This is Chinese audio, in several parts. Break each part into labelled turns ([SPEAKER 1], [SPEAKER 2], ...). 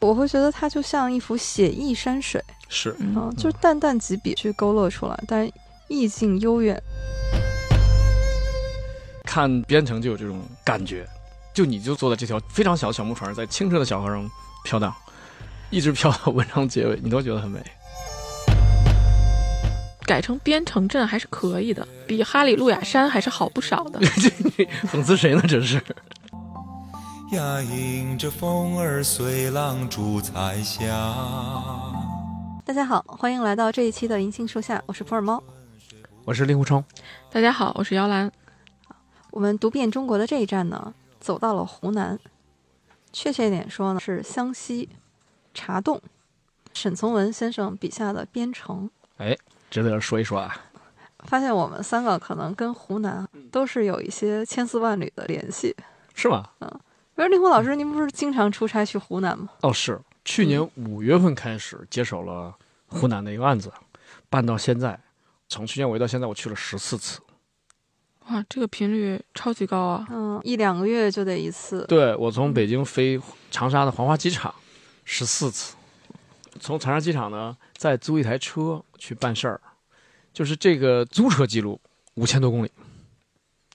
[SPEAKER 1] 我会觉得它就像一幅写意山水，
[SPEAKER 2] 是
[SPEAKER 1] 嗯，就是淡淡几笔去勾勒出来，但是意境悠远。
[SPEAKER 2] 看边城就有这种感觉，就你就坐在这条非常小的小木船，在清澈的小河上飘荡，一直飘到文章结尾，你都觉得很美。
[SPEAKER 3] 改成边城镇还是可以的，比哈里路亚山还是好不少的。
[SPEAKER 2] 讽刺谁呢？这是
[SPEAKER 4] 呀，迎着风儿随浪逐彩霞。
[SPEAKER 1] 大家好，欢迎来到这一期的银杏树下，我是普洱猫。
[SPEAKER 2] 我是令狐冲，
[SPEAKER 3] 大家好，我是姚兰。
[SPEAKER 1] 我们读遍中国的这一站呢，走到了湖南，确切一点说呢是湘西茶洞，沈从文先生笔下的边城。
[SPEAKER 2] 值得说一说啊。
[SPEAKER 1] 发现我们三个可能跟湖南啊都是有一些千丝万缕的联系。
[SPEAKER 2] 是吗？
[SPEAKER 1] 比如令狐老师，您不是经常出差去湖南吗？
[SPEAKER 2] 哦，是去年五月份开始接手了湖南的一个案子，办到现在，从去年五月到现在，我去了十四次。
[SPEAKER 3] 哇，这个频率超级高啊！
[SPEAKER 1] 嗯，一两个月就得一次。
[SPEAKER 2] 对我从北京飞长沙的黄花机场十四次，从长沙机场呢再租一台车去办事儿，就是这个租车记录五千多公里，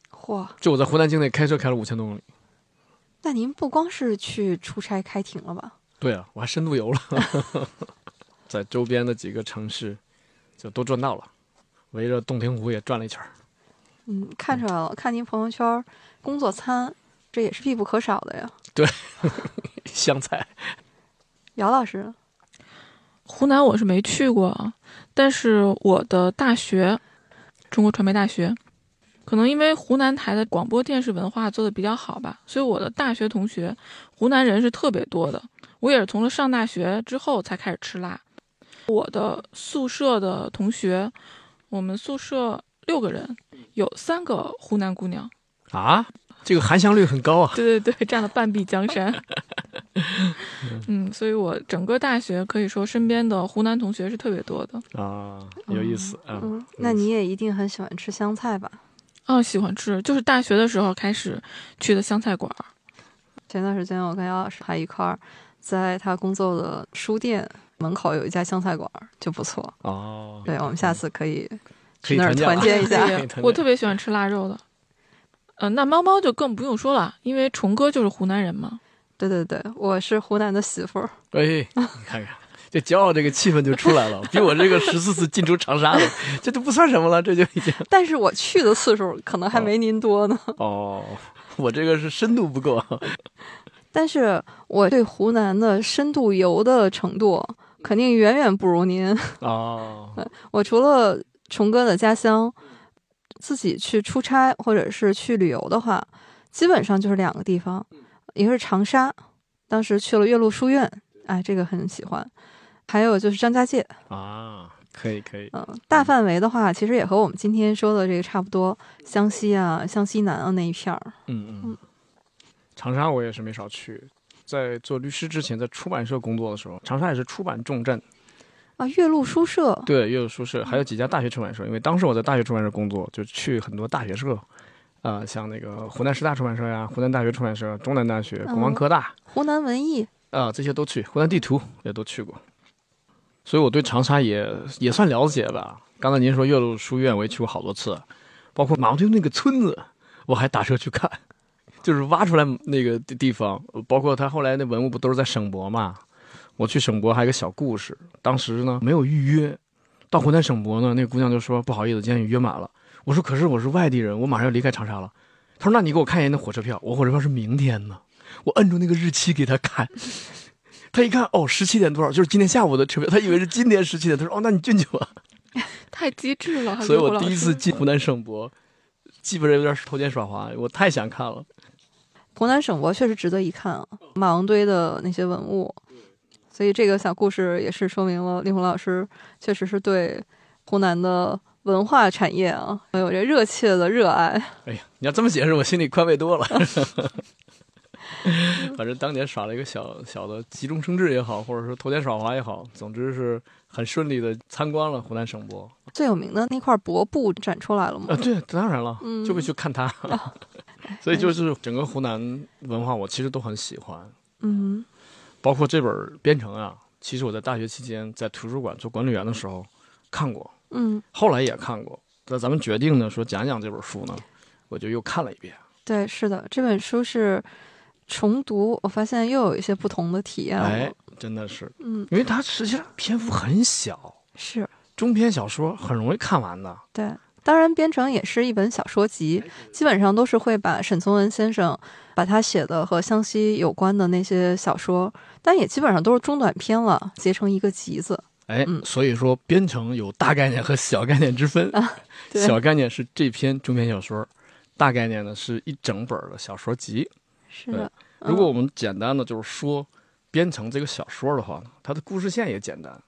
[SPEAKER 1] 嚯，
[SPEAKER 2] 就我在湖南境内开车开了五千多公里。
[SPEAKER 1] 那您不光是去出差开庭了吧？
[SPEAKER 2] 对啊，我还深度游了， 在周边的几个城市就都转到了，围着洞庭湖也转了一 圈儿。
[SPEAKER 1] 嗯，看出来了，看您朋友圈儿工作餐，这也是必不可少的呀。
[SPEAKER 2] 湘菜
[SPEAKER 1] 姚老师，
[SPEAKER 3] 湖南我是没去过，啊但是我的大学，中国传媒大学，可能因为湖南台的广播电视文化做的比较好吧，所以我的大学同学湖南人是特别多的。我也是从了上大学之后才开始吃辣。我的宿舍的同学，我们宿舍六个人，有三个湖南姑娘，
[SPEAKER 2] 啊，这个含香率很高啊。
[SPEAKER 3] 对对对，占了半壁江山。 嗯，所以我整个大学可以说身边的湖南同学是特别多的。
[SPEAKER 2] 啊，有意思啊。
[SPEAKER 1] 嗯，那你也一定很喜欢吃湘菜吧？
[SPEAKER 3] 啊、喜欢吃，就是大学的时候开始去的湘菜馆儿。
[SPEAKER 1] 前段时间我跟姚老师还一块儿，在他工作的书店门口有一家湘菜馆儿，就不错。
[SPEAKER 2] 哦，
[SPEAKER 1] 对，我们下次可以
[SPEAKER 2] 可
[SPEAKER 1] 去
[SPEAKER 2] 以
[SPEAKER 1] 那儿
[SPEAKER 2] 团
[SPEAKER 1] 团建
[SPEAKER 2] 建了
[SPEAKER 1] 一下
[SPEAKER 3] 可以
[SPEAKER 2] 可以推荐
[SPEAKER 3] 我特别喜欢吃腊肉的。呃，那猫猫就更不用说了，因为虫哥就是湖南人嘛。
[SPEAKER 1] 对对对，我是湖南的媳妇儿，
[SPEAKER 2] 哎，你看看。这骄傲这个气氛就出 来了，比我这个十四次进出长沙的，这都不算什么了，这就已经
[SPEAKER 1] 但是我去的次数可能还没您多呢。
[SPEAKER 2] 哦， 我这个是深度不够，
[SPEAKER 1] 但是我对湖南的深度游的程度肯定远远不如您。
[SPEAKER 2] 哦，
[SPEAKER 1] 我除了虫哥的家乡，自己去出差或者是去旅游的话，基本上就是两个地方，一个是长沙，当时去了岳麓书院，哎，这个很喜欢。还有就是张家界，
[SPEAKER 2] 啊，可以可以，
[SPEAKER 1] 嗯，大范围的话，其实也和我们今天说的这个差不多，湘西啊、湘西南啊那一片儿。
[SPEAKER 2] 嗯嗯，长沙我也是没少去，在做律师之前，在出版社工作的时候，长沙也是出版重镇，
[SPEAKER 1] 啊，岳麓书社，
[SPEAKER 2] 对，也有书社，还有几家大学出版社。因为当时我在大学出版社工作，就去很多大学社，啊、像那个湖南师大出版社呀、湖南大学出版社、中南大学、国防科大
[SPEAKER 1] 湖南文艺，
[SPEAKER 2] 啊、这些都去，湖南地图也都去过。所以我对长沙也也算了解吧。刚才您说岳麓书院，我也去过好多次，包括马王堆那个村子，我还打车去看，就是挖出来那个地地方，包括他后来那文物不都是在省博嘛？我去省博还有一个小故事，当时呢没有预约，到湖南省博呢，那个姑娘就说不好意思，今天预约满了。我说可是我是外地人，我马上要离开长沙了。她说那你给我看一眼那火车票，我火车票是明天呢。我摁住那个日期给她看，她一看哦十七点多少，就是今天下午的车票，她以为是今天十七点，她说哦那你进去吧。
[SPEAKER 3] 太机智了，
[SPEAKER 2] 所以
[SPEAKER 3] 啊刘
[SPEAKER 2] 我
[SPEAKER 3] 老
[SPEAKER 2] 第一
[SPEAKER 3] 师
[SPEAKER 2] 次进湖南省博，基本上有点投钱耍滑，我太想看了。
[SPEAKER 1] 湖南省博确实值得一看啊，马王堆的那些文物。所以这个小故事也是说明了令狐老师确实是对湖南的文化产业啊有着热切的热爱。
[SPEAKER 2] 哎呀，你要这么解释，我心里宽慰 多了。反正当年耍了一个小小的急中生智也好，或者说投钱耍滑也好，总之是很顺利的参观了湖南省博。
[SPEAKER 1] 最有名的那块帛布展出来了吗
[SPEAKER 2] 啊，？对，当然了，
[SPEAKER 1] 嗯
[SPEAKER 2] 就会去看 它。
[SPEAKER 3] 哦
[SPEAKER 2] 所以就是整个湖南文化，我其实都很喜欢。
[SPEAKER 1] 嗯，
[SPEAKER 2] 包括这本《编程》啊，其实我在大学期间在图书馆做管理员的时候看过，
[SPEAKER 1] 嗯，
[SPEAKER 2] 后来也看过。那咱们决定呢，说讲讲这本书呢，我就又看了一遍。
[SPEAKER 1] 对，是的，这本书是重读，我发现又有一些不同的体验了。
[SPEAKER 2] 哎，真的是，
[SPEAKER 1] 嗯，
[SPEAKER 2] 因为它实际上篇幅很小，
[SPEAKER 1] 是
[SPEAKER 2] 中篇小说很容易看完的。
[SPEAKER 1] 对。当然，《编程》也是一本小说集，
[SPEAKER 2] 哎
[SPEAKER 1] 基本上都是会把沈从文先生把他写的和湘西有关的那些小说，但也基本上都是中短篇了，结成一个集子。
[SPEAKER 2] 哎，
[SPEAKER 1] 嗯啊
[SPEAKER 2] 所以说编程有大概念和小概念之分。
[SPEAKER 1] 对
[SPEAKER 2] 小概念是这篇中篇小说，大概念呢是一整本儿的小说集。
[SPEAKER 1] 是的，嗯
[SPEAKER 2] 如果我们简单的就是说编程这个小说的话呢，它的故事线也简单，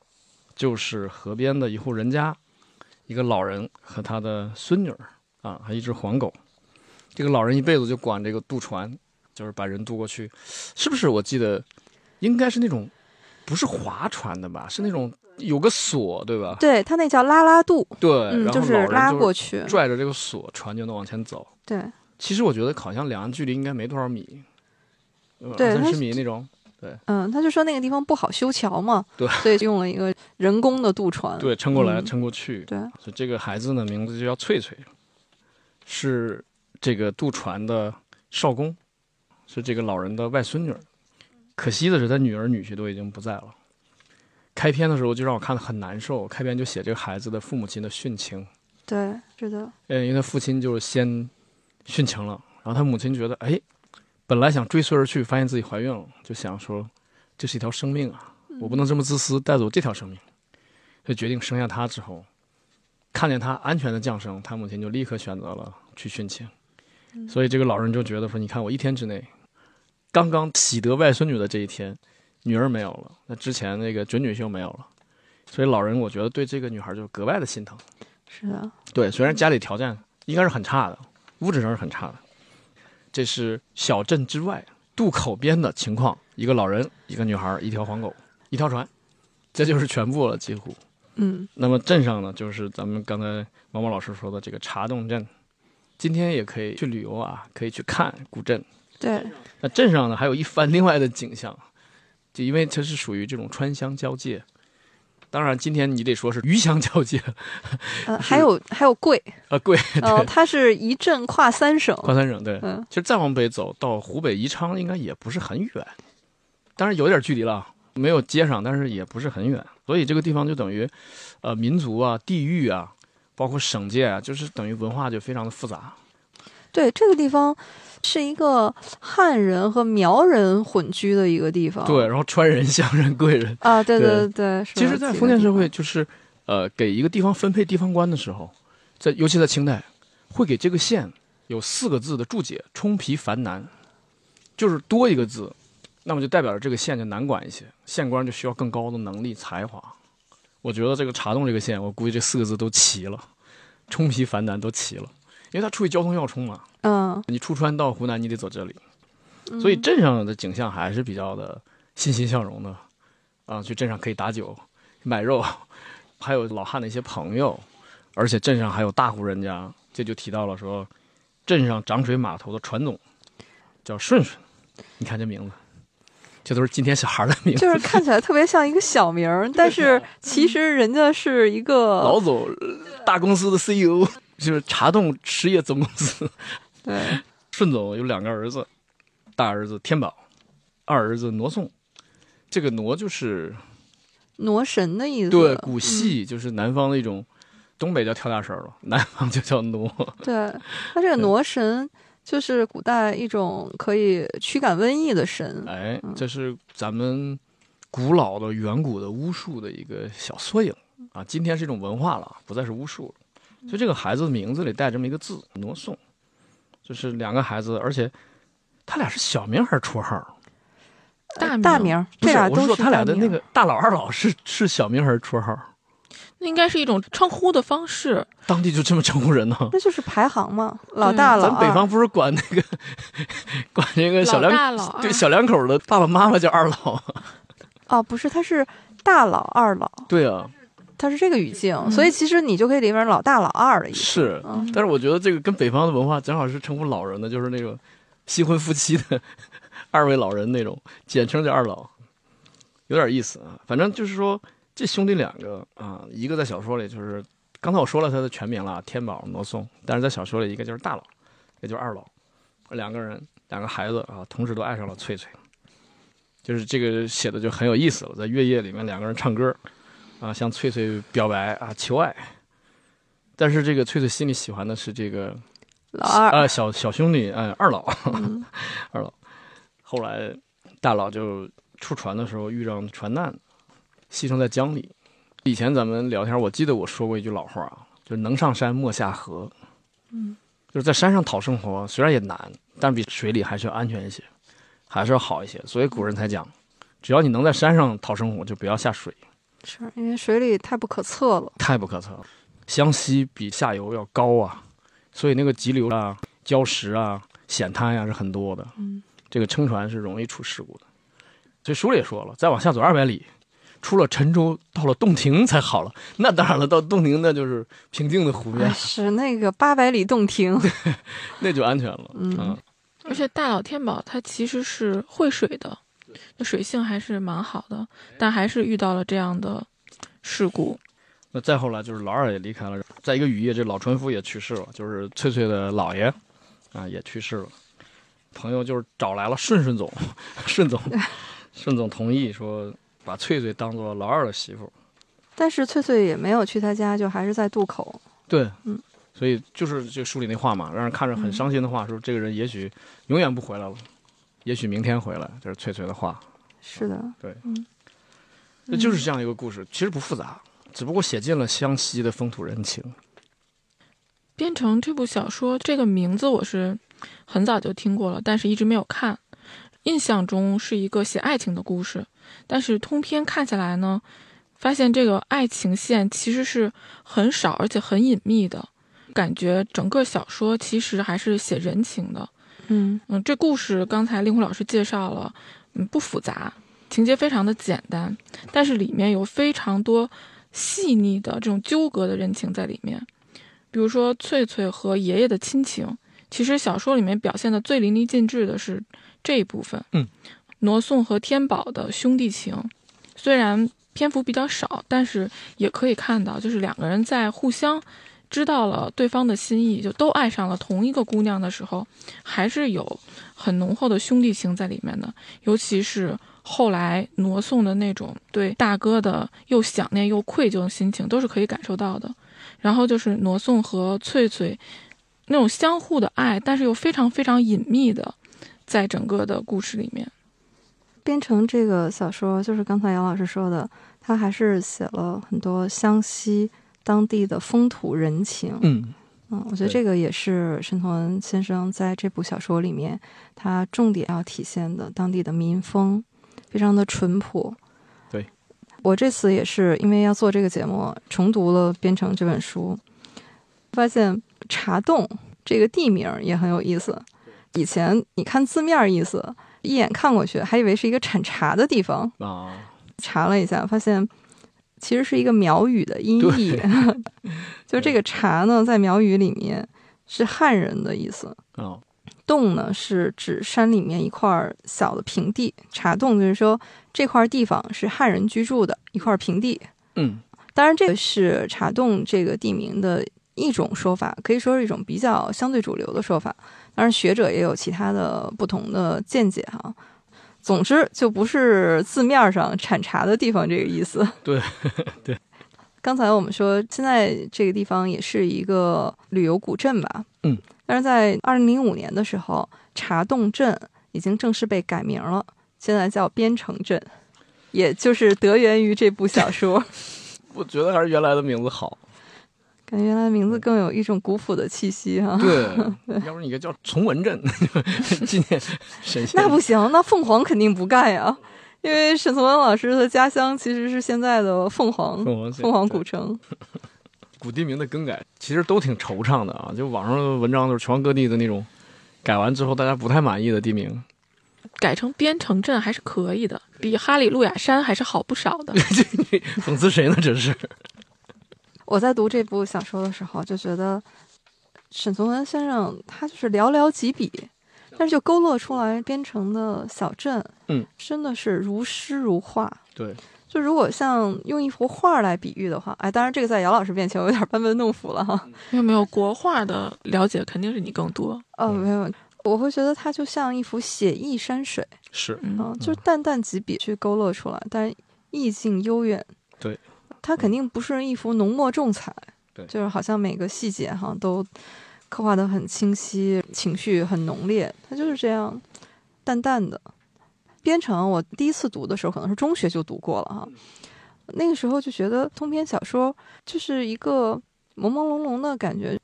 [SPEAKER 2] 就是河边的一户人家，一个老人和他的孙女儿啊，还有一只黄狗。这个老人一辈子就管这个渡船，就是把人渡过去，是不是？我记得应该是那种不是划船的吧，是那种有个锁对吧？
[SPEAKER 1] 对他那叫拉拉渡，
[SPEAKER 2] 对，
[SPEAKER 1] 嗯，
[SPEAKER 2] 然后
[SPEAKER 1] 就
[SPEAKER 2] 老
[SPEAKER 1] 是
[SPEAKER 2] 人
[SPEAKER 1] 拉
[SPEAKER 2] 就
[SPEAKER 1] 过去。
[SPEAKER 2] 拽着这个锁，船就能往前走。
[SPEAKER 1] 对，
[SPEAKER 2] 其实我觉得好像两岸距离应该没多少米，呃
[SPEAKER 1] 对
[SPEAKER 2] 二
[SPEAKER 1] 它
[SPEAKER 2] 三十
[SPEAKER 1] 是
[SPEAKER 2] 米那种。
[SPEAKER 1] 嗯，他就说那个地方不好修桥嘛，
[SPEAKER 2] 对
[SPEAKER 1] 所以就用了一个人工的渡船。
[SPEAKER 2] 对，撑过来，
[SPEAKER 1] 嗯
[SPEAKER 2] 撑过去。
[SPEAKER 1] 对
[SPEAKER 2] 所以这个孩子呢，名字就叫翠翠，是这个渡船的少公，是这个老人的外孙女儿。可惜的是，他女儿女婿都已经不在了。开篇的时候就让我看得很难受，开篇就写这个孩子的父母亲的殉情，
[SPEAKER 1] 对，是的，
[SPEAKER 2] 嗯，因为他父亲就是先殉情了，然后他母亲觉得，哎，本来想追随而去，发现自己怀孕了，就想说，这是一条生命啊，我不能这么自私，带走这条生命，就决定生下他之后，看见他安全的降生，他母亲就立刻选择了去殉情，所以这个老人就觉得说，你看我一天之内，刚刚喜得外孙女的这一天，女儿没有了，那之前那个准女婿没有了，所以老人我觉得对这个女孩就格外的心疼。
[SPEAKER 1] 是的，
[SPEAKER 2] 对，虽然家里条件应该是很差的，物质上是很差的。这是小镇之外渡口边的情况，一个老人，一个女孩，一条黄狗，一条船，这就是全部了，几乎。
[SPEAKER 1] 嗯，
[SPEAKER 2] 那么镇上呢，就是咱们刚才毛毛老师说的这个茶洞镇，今天也可以去旅游啊，可以去看古镇。
[SPEAKER 1] 对，
[SPEAKER 2] 那镇上呢，还有一番另外的景象，就因为它是属于这种川湘交界。当然，今天你得说是鱼乡交界，
[SPEAKER 1] 呃，还有还有贵，
[SPEAKER 2] 啊，贵，
[SPEAKER 1] 呃，
[SPEAKER 2] 对，
[SPEAKER 1] 它是一镇跨三省，
[SPEAKER 2] 跨三省，对，
[SPEAKER 1] 嗯，
[SPEAKER 2] 其实再往北走到湖北宜昌，应该也不是很远，当然有点距离了，没有接上，但是也不是很远。所以这个地方就等于，呃，民族啊、地域啊，包括省界啊，就是等于文化就非常的复杂。
[SPEAKER 1] 对，这个地方是一个汉人和苗人混居的一个地方。
[SPEAKER 2] 对，然后川人、湘人、贵人，
[SPEAKER 1] 啊，对
[SPEAKER 2] 对
[SPEAKER 1] 对对，是
[SPEAKER 2] 其
[SPEAKER 1] 吧
[SPEAKER 2] 实，在
[SPEAKER 1] 几个
[SPEAKER 2] 封建
[SPEAKER 1] 地
[SPEAKER 2] 社
[SPEAKER 1] 方
[SPEAKER 2] 会，就是呃，给一个地方分配地方官的时候，在尤其在清代，会给这个县有四个字的注解：冲皮繁难，就是多一个字，那么就代表着这个县就难管一些，县官就需要更高的能力才华。我觉得这个茶洞这个县，我估计这四个字都齐了，冲皮繁难都齐了，因为它处于交通要冲嘛，
[SPEAKER 1] 嗯，
[SPEAKER 2] 你出川到湖南，你得走这里，所以镇上的景象还是比较的欣欣向荣的，啊，去镇上可以打酒、买肉， 还有老汉的一些朋友，而且镇上还有大户人家，这就提到了说，镇上涨水码头的船总叫顺顺，你看这名字，这都是今天小孩的名字，
[SPEAKER 1] 就是看起来特别像一个小名儿，但是其实人家是一个
[SPEAKER 2] 老总，大公司的 CEO，就是茶洞实业总公司。
[SPEAKER 1] 对
[SPEAKER 2] 顺总有两个儿子，大儿子天宝，二儿子挪宋。这个挪就是
[SPEAKER 1] 挪神的意思。
[SPEAKER 2] 对古戏，就是南方的一种，东北叫跳大神儿了，南方就叫挪。
[SPEAKER 1] 对，它这个
[SPEAKER 2] 对
[SPEAKER 1] 挪神就是古代一种可以驱赶瘟疫的神。
[SPEAKER 2] 哎，这是咱们古老的、远古的巫术的一个小缩影啊。今天是一种文化了，啊不再是巫术了。所以这个孩子的名字里带这么一个字“挪宋”，就是两个孩子，而且他俩是小名还是绰号？
[SPEAKER 3] 大名
[SPEAKER 1] 大名儿，
[SPEAKER 2] 不
[SPEAKER 1] 这
[SPEAKER 2] 是，
[SPEAKER 1] 俩啊
[SPEAKER 2] 我
[SPEAKER 1] 都
[SPEAKER 2] 说
[SPEAKER 1] 是
[SPEAKER 2] 他俩
[SPEAKER 1] 大
[SPEAKER 2] 的
[SPEAKER 1] 名
[SPEAKER 2] 那
[SPEAKER 1] 儿
[SPEAKER 2] 个大佬、二老是是小名还是绰号？
[SPEAKER 3] 那应该是一种称呼的方式。
[SPEAKER 2] 当地就这么称呼 人呢？
[SPEAKER 3] 啊
[SPEAKER 1] 那就是排行嘛，老大啊老
[SPEAKER 2] 咱北
[SPEAKER 1] 二
[SPEAKER 2] 方不是管那个 管那个小
[SPEAKER 3] 老
[SPEAKER 2] 两
[SPEAKER 3] 大老二
[SPEAKER 2] 对，小两口的爸爸妈妈叫二 老，
[SPEAKER 1] 哦，不是，他是大老二老，
[SPEAKER 2] 对啊，
[SPEAKER 1] 他是这个语境，所以其实你就可以理解为老大老二的意思。
[SPEAKER 2] 是。
[SPEAKER 1] 嗯，
[SPEAKER 2] 但是我觉得这个跟北方的文化正好是称呼老人的，就是那种新婚夫妻的二位老人那种，简称叫二老。有点意思啊。反正就是说，这兄弟两个啊、一个在小说里就是刚才我说了他的全名了，天宝罗宋，但是在小说里一个就是大佬，也就是二老，两个人两个孩子啊，同时都爱上了翠翠，就是这个写的就很有意思了。在月夜里面，两个人唱歌啊，向翠翠表白啊，求爱。但是这个翠翠心里喜欢的是这个
[SPEAKER 1] 老二，
[SPEAKER 2] 啊、小小兄弟，哎、二老，
[SPEAKER 1] 嗯
[SPEAKER 2] 二老。后来大佬就出船的时候遇上船难，牺牲在江里。以前咱们聊天，我记得我说过一句老话啊，就是“能上山，莫下河”。
[SPEAKER 1] 嗯，
[SPEAKER 2] 就是在山上讨生活，虽然也难，但比水里还是要安全一些，还是要好一些。所以古人才讲，只要你能在山上讨生活，就不要下水，
[SPEAKER 1] 是因为水里太不可测了。
[SPEAKER 2] 太不可测了。湘西比下游要高啊，所以那个急流啊、礁石啊、险滩呀、是很多的。
[SPEAKER 1] 嗯，
[SPEAKER 2] 这个撑船是容易出事故的。所以书里也说了，再往下走二百里，出了陈州，到了洞庭才好了。那当然了，到洞庭那就是平静的湖面
[SPEAKER 1] 哎，是那个八百里洞庭，
[SPEAKER 2] 那就安全了。
[SPEAKER 1] 嗯
[SPEAKER 3] 而且大老天宝它其实是会水的，那水性还是蛮好的，但还是遇到了这样的事故。
[SPEAKER 2] 那再后来就是老二也离开了，在一个雨夜，这老船夫也去世了，就是翠翠的姥爷啊也去世了。朋友就是找来了顺顺总，顺总，顺总同意说把翠翠当做老二的媳妇。
[SPEAKER 1] 但是翠翠也没有去他家，就还是在渡口。
[SPEAKER 2] 对，
[SPEAKER 1] 嗯，
[SPEAKER 2] 所以就是这书里那话嘛，让人看着很
[SPEAKER 3] 嗯
[SPEAKER 2] 伤心的话，说这个人也许永远不回来了，也许明天回来，这是翠翠的话。
[SPEAKER 1] 是的，
[SPEAKER 2] 那就是这样一个故事，其实不复杂，只不过写尽了湘西的风土人情。
[SPEAKER 3] 编程这部小说这个名字我是很早就听过了，但是一直没有看。印象中是一个写爱情的故事，但是通篇看下来呢，发现这个爱情线其实是很少而且很隐秘的，感觉整个小说其实还是写人情的。
[SPEAKER 1] 嗯，
[SPEAKER 3] 嗯，这故事刚才令狐老师介绍了，嗯，不复杂，情节非常的简单，但是里面有非常多细腻的这种纠葛的人情在里面。比如说翠翠和爷爷的亲情，其实小说里面表现的最淋漓尽致的是这一部分。
[SPEAKER 2] 嗯，
[SPEAKER 3] 罗宋和天宝的兄弟情，虽然篇幅比较少，但是也可以看到，就是两个人在互相知道了对方的心意，就都爱上了同一个姑娘的时候，还是有很浓厚的兄弟情在里面的，尤其是后来挪送的那种对大哥的又想念又愧疚的心情，都是可以感受到的。然后就是挪送和翠翠那种相互的爱，但是又非常非常隐秘的，在整个的故事里面，
[SPEAKER 1] 编程这个小说，就是刚才杨老师说的，他还是写了很多湘西当地的风土人情。
[SPEAKER 2] 嗯，
[SPEAKER 1] 嗯，我觉得
[SPEAKER 2] 对
[SPEAKER 1] 这个也是沈从文先生在这部小说里面，他重点要体现的当地的民风，非常的淳朴。
[SPEAKER 2] 对，
[SPEAKER 1] 我这次也是因为要做这个节目，重读了《编程》这本书，发现茶洞这个地名也很有意思。以前你看字面意思，一眼看过去还以为是一个产茶的地方，
[SPEAKER 2] 啊，
[SPEAKER 1] 查了一下，发现其实是一个苗语的音译。就这个“茶”呢，在苗语里面是汉人的意思，“
[SPEAKER 2] 哦，
[SPEAKER 1] 洞”呢是指山里面一块儿小的平地，“茶洞”就是说这块地方是汉人居住的一块平地。
[SPEAKER 2] 嗯，
[SPEAKER 1] 当然，这个是茶洞这个地名的一种说法，可以说是一种比较相对主流的说法。当然，学者也有其他的不同的见解哈。总之，就不是字面上产茶的地方这个意思。
[SPEAKER 2] 对
[SPEAKER 1] 对。刚才我们说，现在这个地方也是一个旅游古镇吧？
[SPEAKER 2] 嗯。
[SPEAKER 1] 但是在二零零五年的时候，茶洞镇已经正式被改名了，现在叫边城镇，也就是得源于这部小说。
[SPEAKER 2] 我觉得还是原来的名字好。
[SPEAKER 1] 感觉原来名字更有一种古朴的气息哈、
[SPEAKER 2] 对， 要不你个叫崇文镇， 纪念沈先
[SPEAKER 1] 那
[SPEAKER 2] 生
[SPEAKER 1] 不行，那凤凰肯定不干呀，因为沈从文老师的家乡其实是现在的凤凰，
[SPEAKER 2] 凤凰县
[SPEAKER 1] 凤凰
[SPEAKER 2] 对
[SPEAKER 1] 古城。
[SPEAKER 2] 古地名的更改，其实都挺惆怅的啊。就网上的文章都是全国各地的那种，改完之后大家不太满意的地名，
[SPEAKER 3] 改成边城镇还是可以的，比哈里路亚山还是好不少 的。
[SPEAKER 2] 讽刺谁呢？这是
[SPEAKER 1] 我在读这部小说的时候，就觉得沈从文先生他就是寥寥几笔，但是就勾勒出来边城的小镇，
[SPEAKER 2] 嗯，
[SPEAKER 1] 真的是如诗如画。
[SPEAKER 2] 对，
[SPEAKER 1] 就如果像用一幅画来比喻的话，哎，当然这个在姚老师面前我有点班门弄斧了哈。
[SPEAKER 3] 没有没有，国画的了解肯定是你更多。
[SPEAKER 1] 呃，
[SPEAKER 2] 嗯
[SPEAKER 1] 没有，我会觉得它就像一幅写意山水，
[SPEAKER 2] 是
[SPEAKER 3] 嗯，
[SPEAKER 1] 嗯，就是淡淡几笔去勾勒出来，但意境悠远。
[SPEAKER 2] 对，
[SPEAKER 1] 它肯定不是一幅浓墨重彩，
[SPEAKER 2] 对
[SPEAKER 1] 就是好像每个细节哈都刻画的很清晰，情绪很浓烈，它就是这样淡淡的。编程我第一次读的时候可能是中学就读过了哈，那个时候就觉得通篇小说就是一个朦朦胧胧的感觉。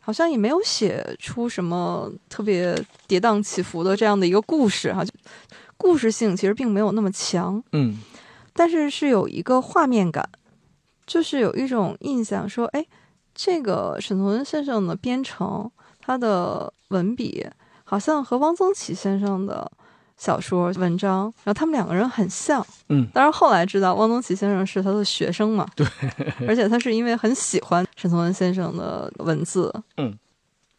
[SPEAKER 1] 好像也没有写出什么特别跌宕起伏的这样的一个故事哈，就故事性其实并没有那么强，
[SPEAKER 2] 嗯，
[SPEAKER 1] 但是是有一个画面感，就是有一种印象说，哎，这个沈从文先生的编程，他的文笔好像和汪曾祺先生的小说文章，然后他们两个人很像。
[SPEAKER 2] 嗯，
[SPEAKER 1] 当然后来知道汪曾祺先生是他的学生嘛，对，而且他是因为很喜欢沈从文先生的文字，
[SPEAKER 2] 嗯，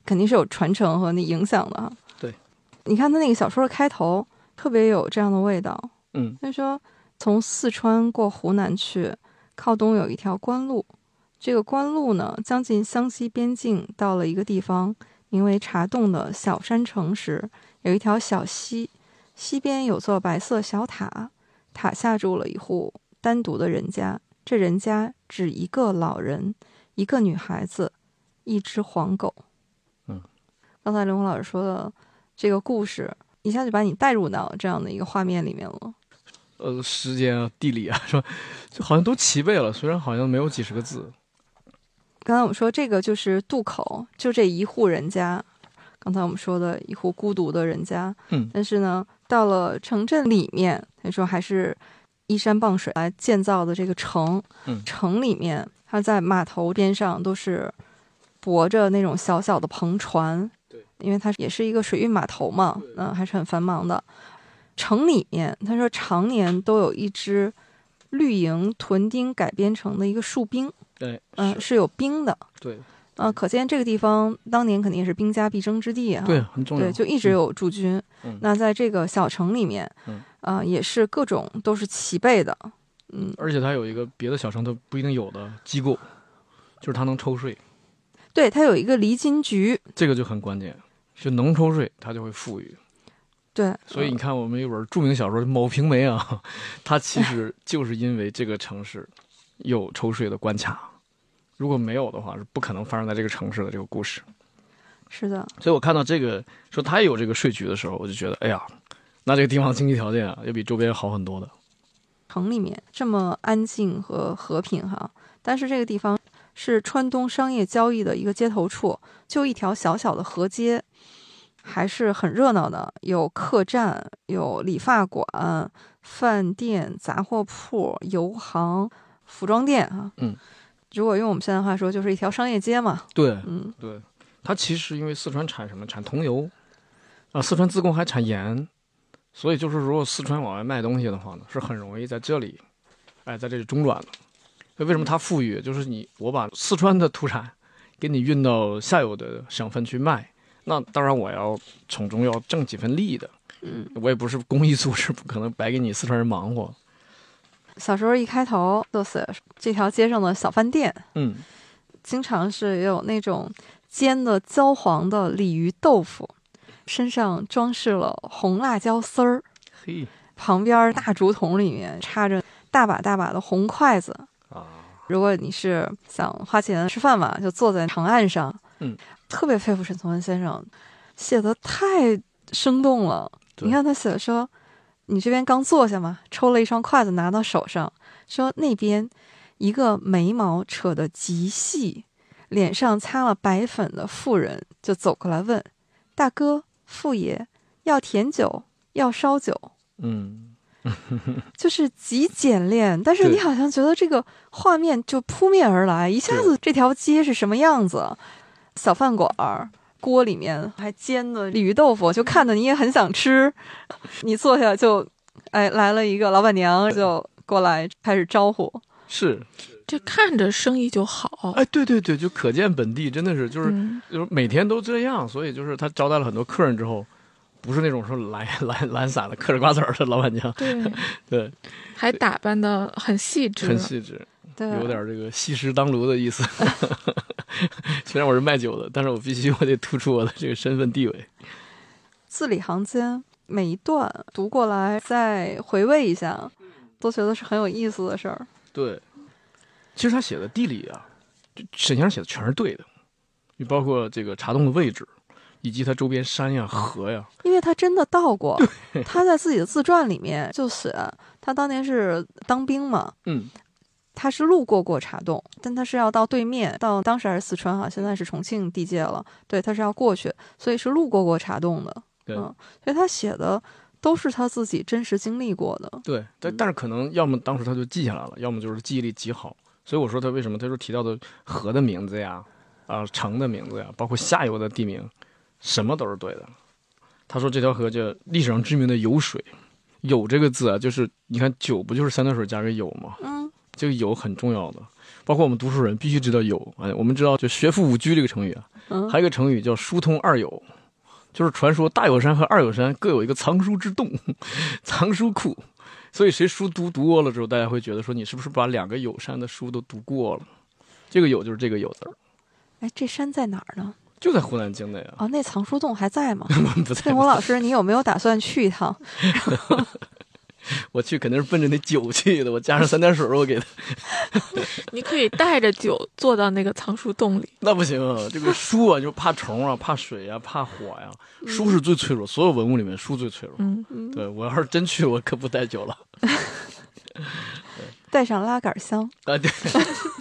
[SPEAKER 1] 肯定是有传承和那影响的哈。
[SPEAKER 2] 对，
[SPEAKER 1] 你看他那个小说的开头特别有这样的味道，
[SPEAKER 2] 嗯，
[SPEAKER 1] 他说从四川过湖南去，靠东有一条官路，这个官路呢，将近湘西边境，到了一个地方，名为茶洞的小山城时，有一条小溪，溪边有座白色小塔，塔下住了一户单独的人家，这人家只一个老人，一个女孩子，一只黄狗。
[SPEAKER 2] 嗯，
[SPEAKER 1] 刚才刘红老师说的这个故事，一下就把你带入到这样的一个画面里面了。
[SPEAKER 2] 呃，时间啊、地理啊，说就好像都齐备了，虽然好像没有几十个字。
[SPEAKER 1] 刚才我们说这个就是渡口，就这一户人家。刚才我们说的一户孤独的人家，
[SPEAKER 2] 嗯
[SPEAKER 1] 但是呢，到了城镇里面，他说还是依山傍水来建造的这个城。
[SPEAKER 2] 嗯
[SPEAKER 1] 城里面，它在码头边上都是泊着那种小小的篷船。
[SPEAKER 2] 对，
[SPEAKER 1] 因为它也是一个水运码头嘛，嗯、还是很繁忙的。城里面，他说常年都有一支绿营屯丁改编成的一个戍兵。
[SPEAKER 2] 对，
[SPEAKER 1] 嗯、
[SPEAKER 2] 是，
[SPEAKER 1] 是有兵的，
[SPEAKER 2] 对，
[SPEAKER 1] 啊，可见这个地方当年肯定也是兵家必争之地啊。
[SPEAKER 2] 对，很重要。
[SPEAKER 1] 对，就一直有驻军。
[SPEAKER 2] 嗯
[SPEAKER 1] 那在这个小城里面，
[SPEAKER 2] 嗯
[SPEAKER 1] 啊、也是各种都是齐备的。嗯，
[SPEAKER 2] 而且它有一个别的小城它不一定有的机构，就是它能抽税，
[SPEAKER 1] 对，它有一个离金局。
[SPEAKER 2] 这个就很关键，就能抽税，它就会富裕。
[SPEAKER 1] 对，
[SPEAKER 2] 所以
[SPEAKER 1] 嗯
[SPEAKER 2] 你看，我们有本著名小说《某平梅》啊， 它其实就是因为这个城市有抽税的关卡，如果没有的话，是不可能发生在这个城市的这个故事。
[SPEAKER 1] 是的，
[SPEAKER 2] 所以我看到这个说他也有这个税局的时候，我就觉得，哎呀，那这个地方的经济条件啊，要比周边好很多的。
[SPEAKER 1] 城里面这么安静和和平哈，但是这个地方是川东商业交易的一个街头处，就一条小小的河街，还是很热闹的，有客栈，有理发馆、饭店、杂货铺、油行、服装店啊。
[SPEAKER 2] 嗯，
[SPEAKER 1] 如果用我们现在话说，就是一条商业街嘛。
[SPEAKER 2] 对
[SPEAKER 1] 嗯，
[SPEAKER 2] 对，它其实因为四川产什么？产桐油啊，四川自贡还产盐，所以就是如果四川往外卖东西的话呢，是很容易在这里，哎，在这里中转的。所以为什么它富裕？就是你我把四川的土产给你运到下游的省份去卖，那当然我要从中要挣几分利的。
[SPEAKER 1] 嗯，
[SPEAKER 2] 我也不是公益组织，不可能白给你四川人忙活。
[SPEAKER 1] 小时候一开头就是这条街上的小饭店，
[SPEAKER 2] 嗯，
[SPEAKER 1] 经常是也有那种煎的焦黄的鲤鱼豆腐，身上装饰了红辣椒丝儿，
[SPEAKER 2] 嘿
[SPEAKER 1] 旁边大竹筒里面插着大把大把的红筷子。
[SPEAKER 2] 啊，
[SPEAKER 1] 如果你是想花钱吃饭嘛，就坐在长案上。
[SPEAKER 2] 嗯，
[SPEAKER 1] 特别佩服沈从文先生，写的太生动了。
[SPEAKER 2] 对
[SPEAKER 1] 你看他写的说，你这边刚坐下嘛，抽了一双筷子拿到手上，说那边一个眉毛扯得极细，脸上擦了白粉的妇人就走过来问：“大哥，傅爷，要甜酒，要烧酒。”
[SPEAKER 2] 嗯，
[SPEAKER 1] 就是极简练，但是你
[SPEAKER 2] 对
[SPEAKER 1] 好像觉得这个画面就扑面而来，一下子这条街是什么样子？小饭馆儿，锅里面还煎的鲤鱼豆腐，就看的你也很想吃。你坐下就，哎，来了一个老板娘就过来开始招呼。
[SPEAKER 2] 是，
[SPEAKER 3] 这看着生意就好。
[SPEAKER 2] 哎，对对对，就可见本地真的是就是
[SPEAKER 3] 嗯，
[SPEAKER 2] 就是每天都这样，所以就是他招待了很多客人之后，不是那种说懒懒懒散的嗑着瓜子儿的老板娘，
[SPEAKER 3] 对，
[SPEAKER 2] 对，
[SPEAKER 3] 还打扮的很细致，
[SPEAKER 2] 很细致，
[SPEAKER 1] 对，
[SPEAKER 2] 有点这个西施当炉的意思。 虽然我是卖酒的，但是我必须我得突出我的这个身份地位。
[SPEAKER 1] 字里行间每一段读过来，再回味一下，都觉得是很有意思的事儿。
[SPEAKER 2] 对，其实他写的地理啊，就沈先生写的全是对的，你包括这个茶洞的位置，以及它周边山呀、河呀，
[SPEAKER 1] 因为他真的到过，他在自己的自传里面就写，他当年是当兵嘛，
[SPEAKER 2] 嗯，
[SPEAKER 1] 他是路过过茶洞，但他是要到对面，到当时还是四川哈，现在是重庆地界了，对，他是要过去，所以是路过过茶洞的，
[SPEAKER 2] 对。
[SPEAKER 1] 嗯所以他写的都是他自己真实经历过的，
[SPEAKER 2] 对，但但是可能要么当时他就记下来了，要么就是记忆力极好。所以我说他为什么他说提到的河的名字呀，啊、城的名字呀，包括下游的地名，什么都是对的。他说这条河叫历史上知名的酉水，酉这个字啊，就是你看酒不就是三点水加个酉吗？
[SPEAKER 1] 嗯，
[SPEAKER 2] 这个酉很重要的，包括我们读书人必须知道酉。哎，我们知道就学富五车这个成语啊，
[SPEAKER 1] 嗯
[SPEAKER 2] 还有一个成语叫疏通二酉，就是传说大酉山和二酉山各有一个藏书之洞、 藏书库，所以谁书读读多了之后，大家会觉得说你是不是把两个酉山的书都读过了？这个酉就是这个酉字儿，
[SPEAKER 1] 哎，这山在哪儿呢？
[SPEAKER 2] 就在湖南境内 啊，
[SPEAKER 1] 哦，那藏书洞还在吗？
[SPEAKER 2] 嗯不在
[SPEAKER 1] 建国老师，你有没有打算去一趟？
[SPEAKER 2] 我去肯定是奔着那酒去的，我加上三点水，我给他
[SPEAKER 3] 你可以带着酒坐到那个藏书洞里，
[SPEAKER 2] 那不行、啊，这个书啊就怕虫啊、怕水啊、怕火呀、书是最脆弱，所有文物里面书最脆弱。
[SPEAKER 3] 嗯，
[SPEAKER 2] 对我要是真去，我可不带酒了。
[SPEAKER 1] 带上拉杆箱，
[SPEAKER 2] 啊，对。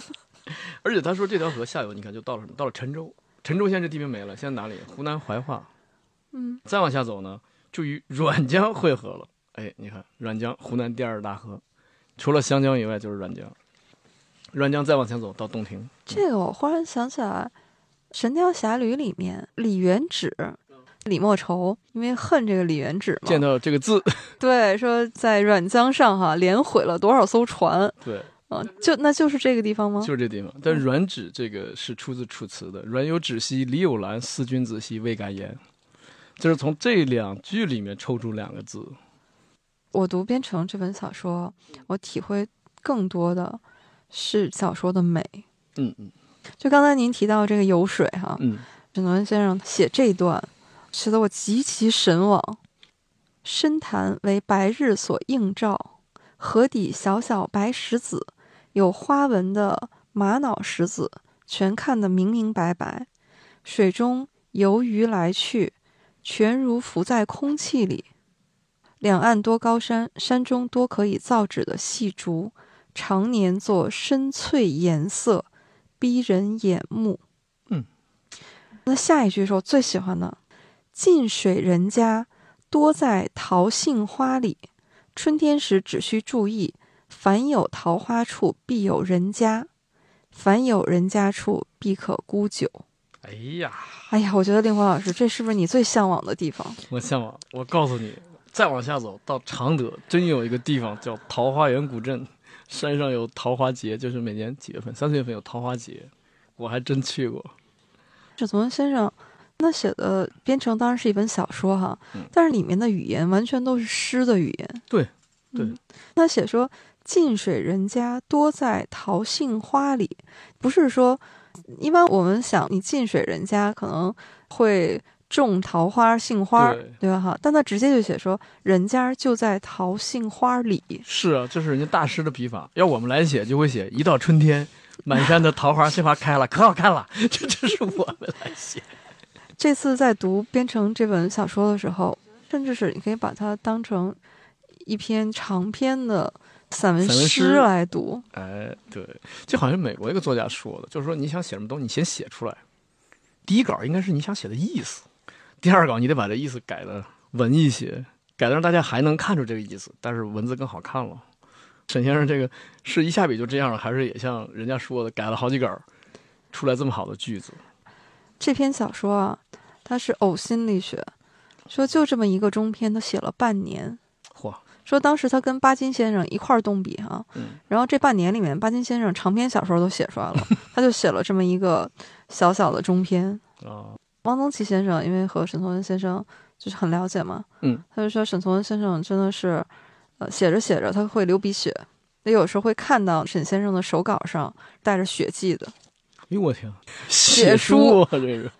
[SPEAKER 2] 而且他说这条河下游，你看就到了什么？到了陈州，陈州现在这地名没了，现在哪里？湖南怀化。
[SPEAKER 1] 嗯，
[SPEAKER 2] 再往下走呢，就与阮江汇合了。哎，你看阮江，湖南第二大河，除了湘江以外就是阮江。阮江再往前走到洞庭，
[SPEAKER 1] 这个我忽然想起来，《神雕侠侣》里面李元芷、李莫愁，因为恨这个李元芷
[SPEAKER 2] 见
[SPEAKER 1] 嘛，
[SPEAKER 2] 到这个字，
[SPEAKER 1] 对，说在阮江上哈连毁了多少艘船，
[SPEAKER 2] 对，
[SPEAKER 1] 啊，就那就是这个地方吗？
[SPEAKER 2] 就是这地方。但阮芷这个是出自《楚辞》的，“阮有芷兮，李有兰，思君子兮，未敢言”，就是从这两句里面抽出两个字。
[SPEAKER 1] 我读《编程》这本小说，我体会更多的是小说的美。
[SPEAKER 2] 嗯嗯
[SPEAKER 1] 就刚才您提到这个游水哈、
[SPEAKER 2] 嗯，
[SPEAKER 1] 沈从文先生写这一段，写得我极其神往。深潭为白日所映照，河底小小白石子，有花纹的玛瑙石子，全看得明明白白。水中游鱼来去，全如浮在空气里。两岸多高山，山中多可以造纸的细竹，常年作深翠颜色，逼人眼目。那下一句是我最喜欢的：“近水人家多在桃杏花里，春天时只需注意，凡有桃花处必有人家，凡有人家处必可沽酒。
[SPEAKER 2] 哎呀。”
[SPEAKER 1] 哎呀，我觉得令狐老师，这是不是你最向往的地方？
[SPEAKER 2] 我向往，我告诉你，再往下走到常德，真有一个地方叫桃花源古镇，山上有桃花节，就是每年几月份，三四月份有桃花节，我还真去过。
[SPEAKER 1] 沈从文先生那写的《编程》当然是一本小说哈，但是里面的语言完全都是诗的语言。
[SPEAKER 2] 嗯对，对
[SPEAKER 1] 嗯他写说“近水人家多在桃杏花里”，不是说一般我们想你近水人家可能会种桃花、杏花，
[SPEAKER 2] 对
[SPEAKER 1] 对吧？哈，但他直接就写说人家就在桃杏花里，
[SPEAKER 2] 是啊，这是人家大师的笔法，要我们来写就会写一到春天，满山的桃花杏花开了，可好看了。 这这是我们来写，
[SPEAKER 1] 这次在读《编程》这本小说的时候，甚至是你可以把它当成一篇长篇的散文
[SPEAKER 2] 散文
[SPEAKER 1] 诗
[SPEAKER 2] 诗
[SPEAKER 1] 来读。
[SPEAKER 2] 哎，对，这好像美国一个作家说的，就是说你想写什么东西，你先写出来，第一稿应该是你想写的意思，第二稿你得把这意思改的文艺些，改的让大家还能看出这个意思，但是文字更好看了。沈先生这个是一下笔就这样了，还是也像人家说的改了好几稿，出来这么好的句子？
[SPEAKER 1] 这篇小说啊，它是呕心沥血，说就这么一个中篇，他写了半年。
[SPEAKER 2] 嚯，啊
[SPEAKER 1] 说当时他跟巴金先生一块儿动笔哈、
[SPEAKER 2] 嗯
[SPEAKER 1] 然后这半年里面，巴金先生长篇小说都写出来 了，他就写了这么一个小小的中篇。
[SPEAKER 2] 啊，
[SPEAKER 1] 汪曾祺先生因为和沈从文先生就是很了解嘛。
[SPEAKER 2] 嗯，
[SPEAKER 1] 他就说沈从文先生真的是，呃，写着写着他会流鼻血，也有时候会看到沈先生的手稿上带着血迹的。
[SPEAKER 2] 哎呦我天，
[SPEAKER 1] 血
[SPEAKER 2] 书啊，这个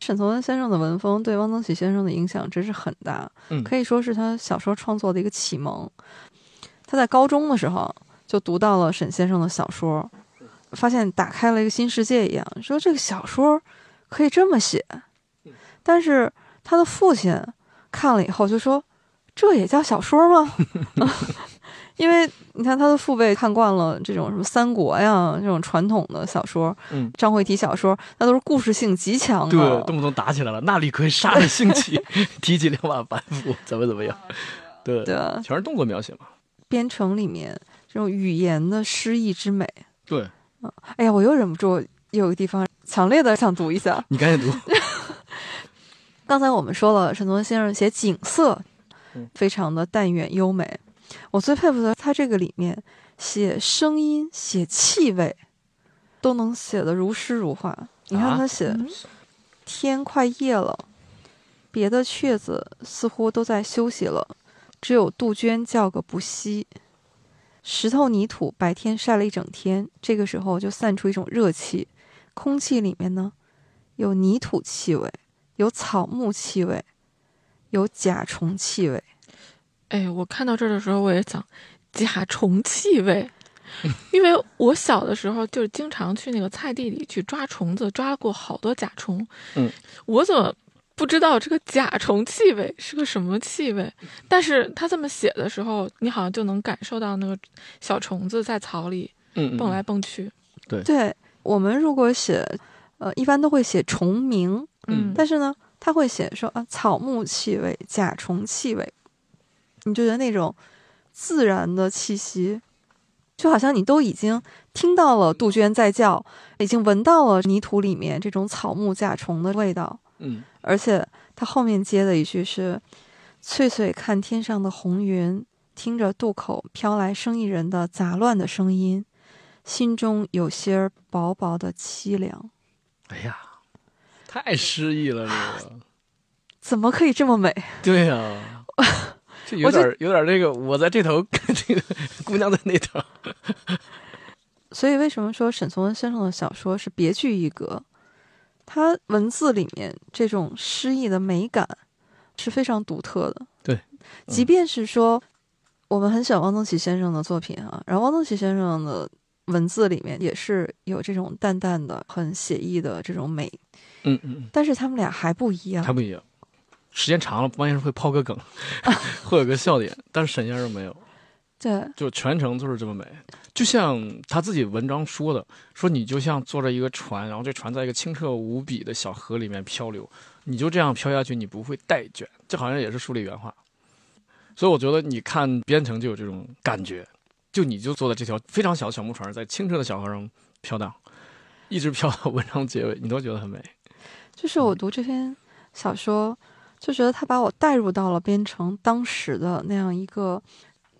[SPEAKER 1] 沈从文先生的文风对汪曾祺先生的影响真是很大，
[SPEAKER 2] 嗯
[SPEAKER 1] 可以说是他小说创作的一个启蒙。他在高中的时候就读到了沈先生的小说，发现打开了一个新世界一样，说这个小说可以这么写。
[SPEAKER 2] 嗯
[SPEAKER 1] 但是他的父亲看了以后就说：“这也叫小说吗？” 因为你看他的父辈看惯了这种什么三国呀这种传统的小说，
[SPEAKER 2] 嗯
[SPEAKER 1] 章回体小说，那都是故事性极强的，
[SPEAKER 2] 对，动不动打起来了，那李逵杀了兴起， 提起两把板斧，怎么怎么样？对，
[SPEAKER 1] 对
[SPEAKER 2] 全是动作描写嘛。
[SPEAKER 1] 编程里面这种语言的诗意之美。
[SPEAKER 2] 对
[SPEAKER 1] 哎呀，我又忍不住有一个地方强烈的想读一下。
[SPEAKER 2] 你赶紧读，
[SPEAKER 1] 刚才我们说了，沈从文先生写景色
[SPEAKER 2] 嗯，
[SPEAKER 1] 非常的淡远优美。我最佩服的，他这个里面写声音、写气味，都能写得如诗如画。你看
[SPEAKER 2] 啊
[SPEAKER 1] 他写、
[SPEAKER 3] 嗯
[SPEAKER 1] 天快夜了，别的雀子似乎都在休息了，只有杜鹃叫个不息。石头泥土白天晒了一整天，这个时候就散出一种热气，空气里面呢有泥土气味，有草木气味，有甲虫气味。
[SPEAKER 3] 哎，我看到这儿的时候，我也想甲虫气味，因为我小的时候就是经常去那个菜地里去抓虫子，抓过好多甲虫。
[SPEAKER 2] 嗯，
[SPEAKER 3] 我怎么不知道这个甲虫气味是个什么气味？但是他这么写的时候，你好像就能感受到那个小虫子在草里
[SPEAKER 2] 嗯，嗯
[SPEAKER 3] 蹦来，蹦去。
[SPEAKER 1] 对我们如果写，呃，一般都会写虫鸣，
[SPEAKER 2] 嗯
[SPEAKER 1] 但是呢，他会写说啊，草木气味、甲虫气味，你就觉得那种自然的气息，就好像你都已经听到了杜鹃在叫，已经闻到了泥土里面这种草木甲虫的味道，
[SPEAKER 2] 嗯，
[SPEAKER 1] 而且他后面接的一句是：“翠翠看天上的红云，听着渡口飘来生意人的杂乱的声音，心中有些儿薄薄的凄凉。
[SPEAKER 2] 哎呀， 太诗意了，这个。”
[SPEAKER 1] 怎么可以这么美？
[SPEAKER 2] 对呀、 这有
[SPEAKER 1] 我就
[SPEAKER 2] 点儿有点儿这个，我在这头，这个姑娘在那头。
[SPEAKER 1] 所以为什么说沈从文先生的小说是别具一格？他文字里面这种诗意的美感是非常独特的。
[SPEAKER 2] 对嗯
[SPEAKER 1] 即便是说我们很喜欢汪曾祺先生的作品啊，然后汪曾祺先生的文字里面也是有这种淡淡的、很写意的这种美，
[SPEAKER 2] 嗯嗯，
[SPEAKER 1] 但是他们俩还不一样
[SPEAKER 2] 他。不一样，时间长了，关键是会抛个梗， 会有个笑点，但是沈先生没有，
[SPEAKER 1] 对，
[SPEAKER 2] 就全程就是这么美。就像他自己文章说的，说你就像坐着一个船，然后这船在一个清澈无比的小河里面漂流，你就这样漂下去，你不会带卷。这好像也是书里原话，所以我觉得你看《编程》就有这种感觉，就你就坐在这条非常小的小木船，在清澈的小河上飘荡，一直飘到文 章结尾，你都觉得很美。
[SPEAKER 1] 就是我读这篇小说，就觉得他把我带入到了编程当时的那样一个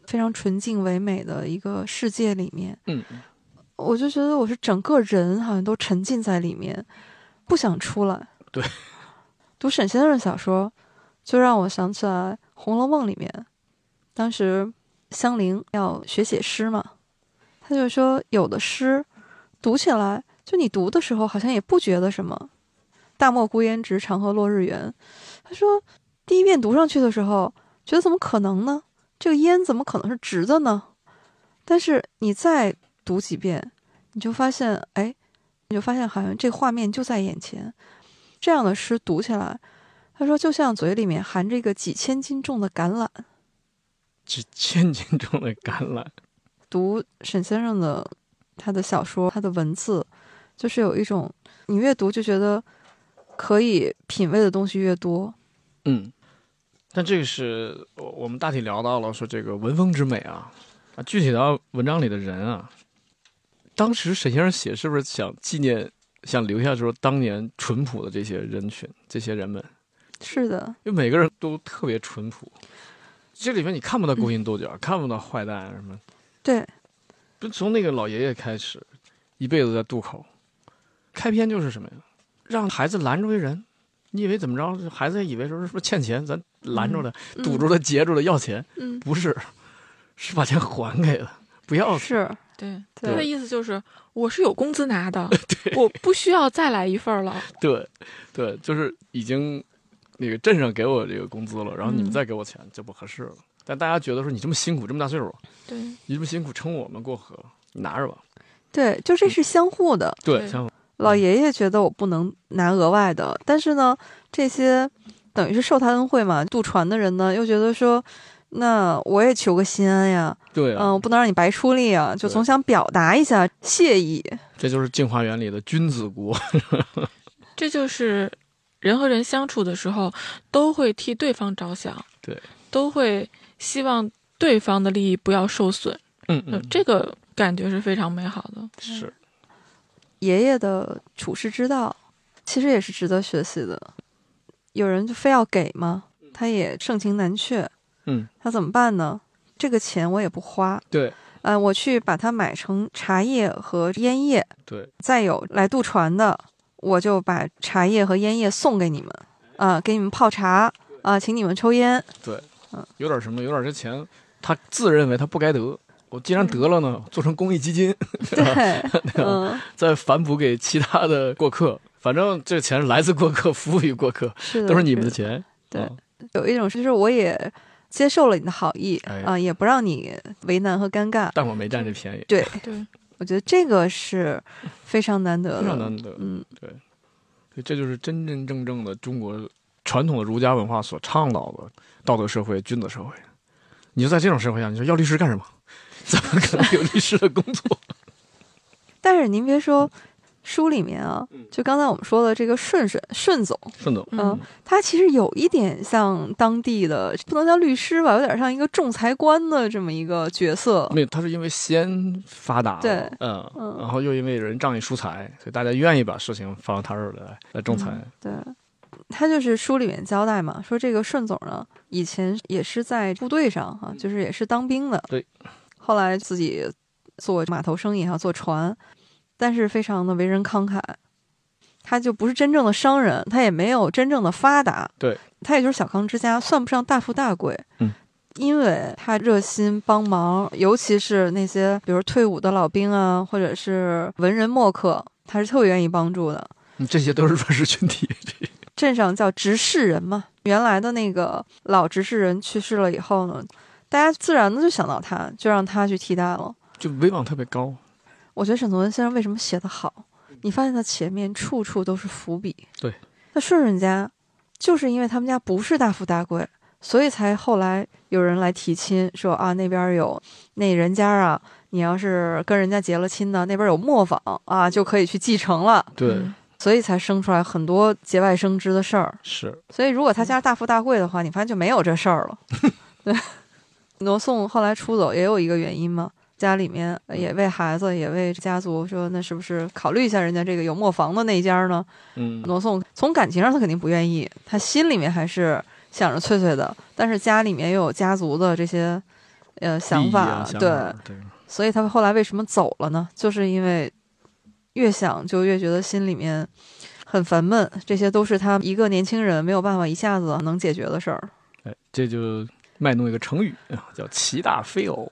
[SPEAKER 1] 非常纯净唯美的一个世界里面。
[SPEAKER 2] 嗯，
[SPEAKER 1] 我就觉得我是整个人好像都沉浸在里面，不想出来。
[SPEAKER 2] 对，
[SPEAKER 1] 读沈先生的小说，就让我想起来《红楼梦》里面，当时香菱要学写诗嘛，他就说有的诗读起来，就你读的时候好像也不觉得什么，大漠孤烟直，长河落日圆。他说，第一遍读上去的时候，觉得怎么可能呢？这个烟怎么可能是直的呢？但是你再读几遍，你就发现，哎，你就发现好像这画面就在眼前。这样的诗读起来，他说就像嘴里面含着一个几千斤重的橄榄。
[SPEAKER 2] 这千斤重的橄榄，
[SPEAKER 1] 读沈先生的他的小说，他的文字，就是有一种你越读就觉得可以品味的东西越多。
[SPEAKER 2] 嗯，但这个是我我们大体聊到了说这个文风之美啊，啊，具体到文章里的人啊，当时沈先生写是不是想纪念，想留下说当年淳朴的这些人群，这些人们，
[SPEAKER 1] 是的，
[SPEAKER 2] 因为每个人都特别淳朴，这里面你看不到勾心斗角，看不到坏蛋啊什么，
[SPEAKER 1] 对，
[SPEAKER 2] 就从那个老爷爷开始，一辈子在渡口，开篇就是什么呀？让孩子拦住一人，你以为怎么着？孩子也以为说是不是欠钱，咱拦住了、
[SPEAKER 1] 嗯
[SPEAKER 2] 堵住了、截住了要钱，
[SPEAKER 1] 嗯，
[SPEAKER 2] 不是，是把钱还给了， 不要了。
[SPEAKER 1] 是
[SPEAKER 3] 对，
[SPEAKER 1] 对
[SPEAKER 3] 他的意思就是我是有工资拿 的，我不需要再来一份儿了。
[SPEAKER 2] 对，对，就是已经那个镇上给我这个工资了，然后你们
[SPEAKER 3] 嗯
[SPEAKER 2] 再给我钱，这不合适了。但大家觉得说你这么辛苦，这么大岁数，
[SPEAKER 3] 对，
[SPEAKER 2] 你这么辛苦撑我们过河，你拿着吧。
[SPEAKER 1] 对，就
[SPEAKER 2] 嗯
[SPEAKER 1] 这是相互的。
[SPEAKER 2] 对，
[SPEAKER 3] 对
[SPEAKER 2] 像我
[SPEAKER 1] 老爷爷觉得我不能拿额外的，但是呢，这些等于是受他恩惠嘛。渡船的人呢，又觉得说，那我也求个心安呀，
[SPEAKER 2] 对
[SPEAKER 1] 嗯、
[SPEAKER 2] 啊，
[SPEAKER 1] 我不能让你白出力啊，就
[SPEAKER 2] 对
[SPEAKER 1] 总想表达一下谢意。
[SPEAKER 2] 这就是《镜花缘》里的君子国。
[SPEAKER 3] 这就是人和人相处的时候都会替对方着想，
[SPEAKER 2] 对，
[SPEAKER 3] 都会希望对方的利益不要受损，
[SPEAKER 2] 嗯
[SPEAKER 3] 呃
[SPEAKER 2] 嗯，
[SPEAKER 3] 这个感觉是非常美好的。
[SPEAKER 2] 是
[SPEAKER 1] 爷爷的处世之道，其实也是值得学习的。有人就非要给吗？他也盛情难却，
[SPEAKER 2] 嗯，
[SPEAKER 1] 他怎么办呢？这个钱我也不花，
[SPEAKER 2] 对
[SPEAKER 1] 呃，我去把它买成茶叶和烟叶，
[SPEAKER 2] 对，
[SPEAKER 1] 再有来渡船的，我就把茶叶和烟叶送给你们，啊、给你们泡茶，啊、请你们抽 烟。
[SPEAKER 2] 有点什么，有点这钱，他自认为他不该得。我既然得了呢，做成公益基金，
[SPEAKER 1] 对，嗯，
[SPEAKER 2] 再反哺给其他的过客。反正这钱来自过客，服务于过客，
[SPEAKER 1] 是的，
[SPEAKER 2] 都是你们的
[SPEAKER 1] 的。
[SPEAKER 2] 钱。
[SPEAKER 1] 对
[SPEAKER 2] 啊
[SPEAKER 1] 有一种就是我也接受了你的好意，啊、
[SPEAKER 2] 哎
[SPEAKER 1] 也不让你为难和尴尬。
[SPEAKER 2] 但我没占这便宜，
[SPEAKER 1] 对，
[SPEAKER 3] 对，
[SPEAKER 1] 我觉得这个是非常难得的，
[SPEAKER 2] 非常难得。
[SPEAKER 1] 嗯，
[SPEAKER 2] 对，这就是真真正正的中国传统的儒家文化所倡导的道德社会、君子社会。你就在这种社会下，你说要律师干什么？ 怎么可能有律师的工作？
[SPEAKER 1] 但是您别说，书里面啊，
[SPEAKER 2] 嗯
[SPEAKER 1] 就刚才我们说的这个顺顺顺总，
[SPEAKER 2] 顺总，
[SPEAKER 1] 嗯、他其实有一点像当地的，不能叫律师吧，有点像一个仲裁官的这么一个角色。
[SPEAKER 2] 没有，他是因为西安发达了，
[SPEAKER 1] 对
[SPEAKER 2] 嗯，
[SPEAKER 1] 嗯
[SPEAKER 2] 然后又因为人仗义疏财，所以大家愿意把事情放到他这儿来来仲裁。
[SPEAKER 1] 对，他就是书里面交代嘛，说这个顺总呢，以前也是在部队上哈、就是也是当兵的，
[SPEAKER 2] 嗯对，
[SPEAKER 1] 后来自己做码头生意哈、做船，但是非常的为人慷慨。他就不是真正的商人，他也没有真正的发达，
[SPEAKER 2] 对，
[SPEAKER 1] 他也就是小康之家，算不上大富大贵。
[SPEAKER 2] 嗯，
[SPEAKER 1] 因为他热心帮忙，尤其是那些比如退伍的老兵啊，或者是文人墨客，他是特别愿意帮助的。
[SPEAKER 2] 嗯这些都是弱势群体，
[SPEAKER 1] 镇上叫执事人嘛，原来的那个老执事人去世了以后呢，大家自然的就想到他，就让他去替代了。
[SPEAKER 2] 就威望特别高。
[SPEAKER 1] 我觉得沈从文先生为什么写得好，你发现他前面处处都是伏笔。
[SPEAKER 2] 对，
[SPEAKER 1] 那顺顺家就是因为他们家不是大富大贵，所以才后来有人来提亲，说啊那边有那人家啊，你要是跟人家结了亲呢，那边有磨坊啊，就可以去继承了，
[SPEAKER 2] 对，
[SPEAKER 3] 嗯
[SPEAKER 1] 所以才生出来很多节外生枝的事儿。
[SPEAKER 2] 是
[SPEAKER 1] 所以如
[SPEAKER 2] 嗯
[SPEAKER 1] 果他家是大富大贵的话，你发现就没有这事儿 了。对，罗宋后来出走也有一个原因嘛，家里面呃也为孩子，也为家族说，那是不是考虑一下人家这个有磨坊的那一家呢？
[SPEAKER 2] 嗯，
[SPEAKER 1] 罗宋从感情上他肯定不愿意，他心里面还是想着翠翠的，但是家里面又有家族的这些呃想法，
[SPEAKER 2] 利益啊想
[SPEAKER 1] 对，
[SPEAKER 2] 对，
[SPEAKER 1] 所以他后来为什么走了呢？就是因为越想就越觉得心里面很烦闷，这些都是他一个年轻人没有办法一下子能解决的事儿。
[SPEAKER 2] 哎，这就卖弄一个成语啊，叫“齐大非偶”。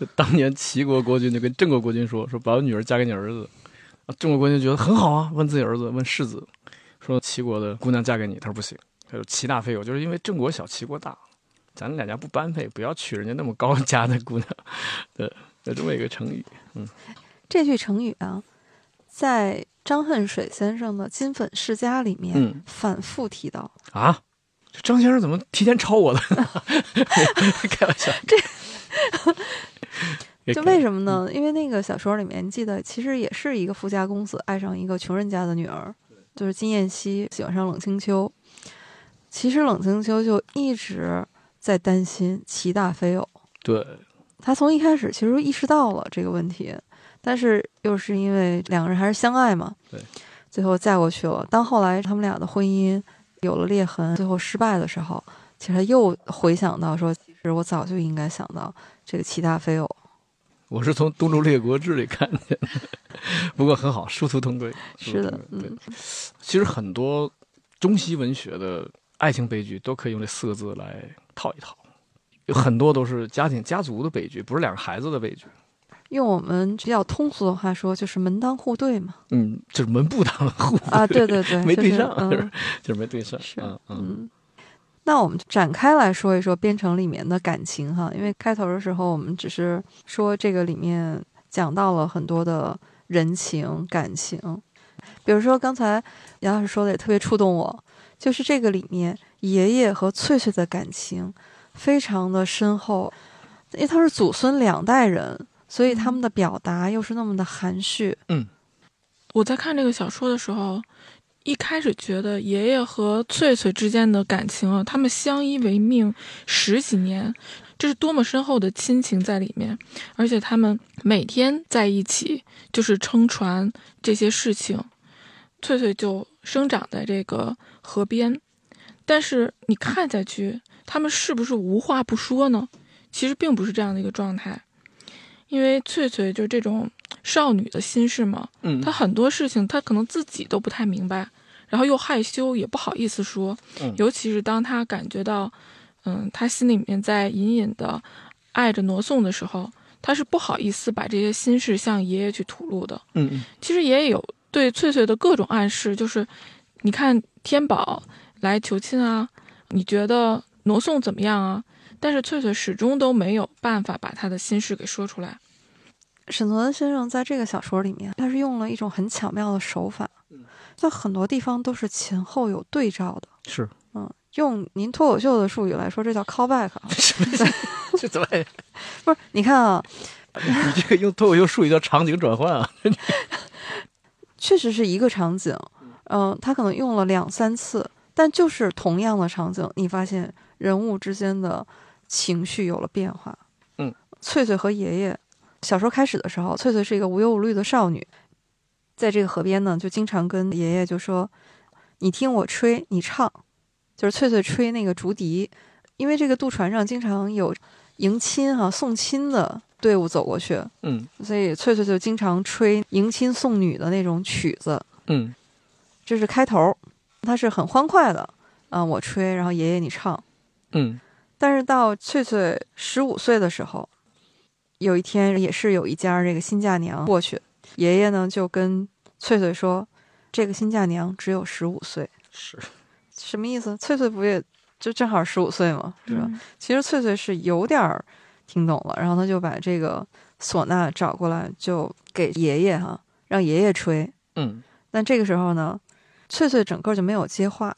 [SPEAKER 2] 就当年齐国国君就跟郑国国君说：“说把我女儿嫁给你儿子。”啊，郑国国君觉得很好啊，问自己儿子，问世子，说齐国的姑娘嫁给你，他说不行，他说齐大非偶，就是因为郑国小，齐国大，咱两家不般配，不要娶人家那么高 家的姑娘。对，有这么一个成语。
[SPEAKER 1] 这句成语啊，在张恨水先生的《金粉世家》里面、
[SPEAKER 2] 嗯
[SPEAKER 1] 反复提到。
[SPEAKER 2] 啊，这张先生怎么提前抄我的？ 开玩笑，这
[SPEAKER 1] 就为什么呢？因为那个小说里面，你记得其实也是一个富家公子爱上一个穷人家的女儿，就是金燕西喜欢上冷清秋。其实冷清秋就一直在担心齐大非偶。
[SPEAKER 2] 对，
[SPEAKER 1] 他从一开始其实意识到了这个问题，但是又是因为两个人还是相爱嘛，
[SPEAKER 2] 对，
[SPEAKER 1] 最后嫁过去了。当后来他们俩的婚姻有了裂痕，最后失败的时候，其实他又回想到说，其实我早就应该想到这个齐大非偶。
[SPEAKER 2] 我是从《东周列国志》里看见的，不过很好，殊途同归。
[SPEAKER 1] 是的
[SPEAKER 2] 殊途同归对
[SPEAKER 1] 嗯
[SPEAKER 2] 其实很多中西文学的爱情悲剧都可以用这四个字来套一套，有很多都是家庭家族的悲剧，不是两个孩子的悲剧。
[SPEAKER 1] 用我们比较通俗的话说，就是门当户对 嘛。
[SPEAKER 2] 嗯，就是门不当户不
[SPEAKER 1] 啊，对对对，
[SPEAKER 2] 没
[SPEAKER 1] 就是
[SPEAKER 2] 对上，
[SPEAKER 1] 嗯
[SPEAKER 2] 就是就是没对上。
[SPEAKER 1] 是
[SPEAKER 2] 嗯嗯
[SPEAKER 1] 嗯，那我们展开来说一说编程里面的感情哈，因为开头的时候我们只是说这个里面讲到了很多的人情感情，比如说刚才杨老师说的也特别触动我，就是这个里面爷爷和翠翠的感情非常的深厚，因为他是祖孙两代人，所以他们的表达又是那么的含蓄，
[SPEAKER 3] 我在看这个小说的时候，一开始觉得爷爷和翠翠之间的感情啊，他们相依为命十几年，这是多么深厚的亲情在里面，而且他们每天在一起，就是撑船这些事情。翠翠就生长在这个河边，但是你看下去，他们是不是无话不说呢？其实并不是这样的一个状态，因为翠翠就这种少女的心事嘛，
[SPEAKER 2] 嗯，
[SPEAKER 3] 他很多事情他可能自己都不太明白，然后又害羞，也不好意思说。
[SPEAKER 2] 嗯
[SPEAKER 3] 尤其是当他感觉到，嗯，他心里面在隐隐的爱着挪送的时候，他是不好意思把这些心事向爷爷去吐露的。
[SPEAKER 2] 嗯嗯
[SPEAKER 3] 其实也有对翠翠的各种暗示，就是你看天宝来求亲啊，你觉得挪送怎么样啊？但是翠翠始终都没有办法把她的心事给说出来。
[SPEAKER 1] 沈从文先生在这个小说里面，他是用了一种很巧妙的手法，在很多地方都是前后有对照的。
[SPEAKER 2] 是
[SPEAKER 1] 嗯，用您脱口秀的术语来说，这叫 callback 啊。
[SPEAKER 2] 这怎么也？
[SPEAKER 1] 不是，你看啊，
[SPEAKER 2] 你这个用脱口秀术语叫场景转换啊？
[SPEAKER 1] 确实是一个场景，嗯、他可能用了两三次，但就是同样的场景，你发现人物之间的情绪有了变化。
[SPEAKER 2] 嗯，
[SPEAKER 1] 翠翠和爷爷，小说开始的时候，翠翠是一个无忧无虑的少女，在这个河边呢，就经常跟爷爷就说：“你听我吹，你唱。”就是翠翠吹那个竹笛，因为这个渡船上经常有迎亲哈、送亲的队伍走过去，
[SPEAKER 2] 嗯
[SPEAKER 1] 所以翠翠就经常吹迎亲送女的那种曲子，
[SPEAKER 2] 嗯
[SPEAKER 1] 这是开头，它是很欢快的，嗯，我吹，然后爷爷你唱。
[SPEAKER 2] 嗯
[SPEAKER 1] 但是到翠翠十五岁的时候，有一天也是有一家这个新嫁娘过去，爷爷呢就跟翠翠说，这个新嫁娘只有十五岁，
[SPEAKER 2] 是
[SPEAKER 1] 什么意思？翠翠不也就正好十五岁吗？是吧？
[SPEAKER 3] 嗯
[SPEAKER 1] 其实翠翠是有点儿听懂了，然后她就把这个唢呐找过来，就给爷爷哈、让爷爷吹。
[SPEAKER 2] 嗯
[SPEAKER 1] 但这个时候呢，翠翠整个就没有接话，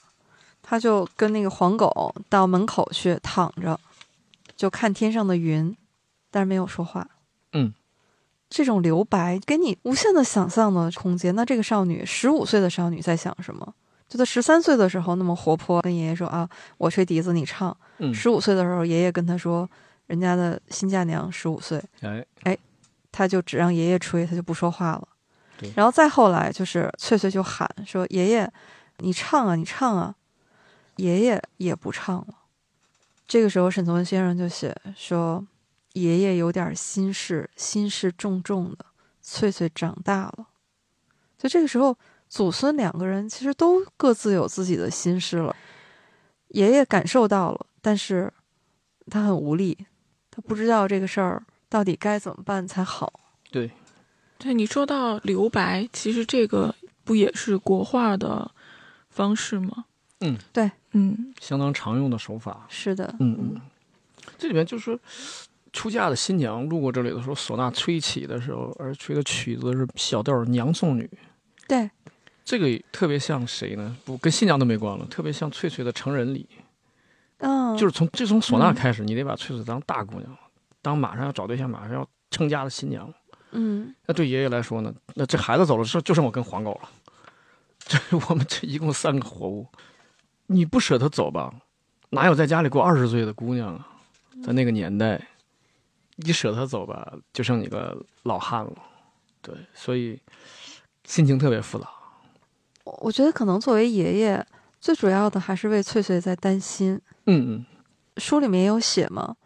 [SPEAKER 1] 她就跟那个黄狗到门口去躺着，就看天上的云，但是没有说话。
[SPEAKER 2] 嗯，
[SPEAKER 1] 这种留白给你无限的想象的空间。那这个少女，十五岁的少女在想什么？就在十三岁的时候那么活泼，跟爷爷说啊，我吹笛子，你唱。
[SPEAKER 2] 嗯，
[SPEAKER 1] 十五岁的时候，爷爷跟她说，人家的新嫁娘十五岁，
[SPEAKER 2] 哎，
[SPEAKER 1] 他就只让爷爷吹，他就不说话了
[SPEAKER 2] 对。
[SPEAKER 1] 然后再后来就是翠翠就喊说：“爷爷，你唱啊，你唱啊！”爷爷也不唱了。这个时候，沈从文先生就写说：“爷爷有点心事，心事重重的。翠翠长大了，就这个时候，祖孙两个人其实都各自有自己的心事了。爷爷感受到了，但是他很无力，他不知道这个事儿到底该怎么办才好。”
[SPEAKER 2] 对，
[SPEAKER 3] 对你说到留白，其实这个不也是国画的方式吗？
[SPEAKER 2] 嗯，
[SPEAKER 1] 对，
[SPEAKER 3] 嗯，
[SPEAKER 2] 相当常用的手法。
[SPEAKER 1] 是的，
[SPEAKER 2] 嗯嗯，这里面就是说出嫁的新娘路过这里的时候，唢呐吹起的时候，而吹的曲子是小调《娘送女》。
[SPEAKER 1] 对，
[SPEAKER 2] 这个特别像谁呢？不，跟新娘都没关了，特别像翠翠的成人礼，
[SPEAKER 1] 嗯，
[SPEAKER 2] 就是从这从唢呐
[SPEAKER 3] 嗯
[SPEAKER 2] 开始，你得把翠翠当大姑娘，当马上要找对象、马上要成家的新娘。
[SPEAKER 1] 嗯，
[SPEAKER 2] 那对爷爷来说呢？那这孩子走了之后，就剩我跟黄狗了。 这我们这一共三个活物，你不舍得走吧？哪有在家里过二十岁的姑娘啊？在那个年代，你舍得走吧，就剩你个老汉了。对，所以心情特别复杂。
[SPEAKER 1] 我我觉得可能作为爷爷，最主要的还是为翠翠在担心。
[SPEAKER 2] 嗯
[SPEAKER 1] 书里面也有写嘛，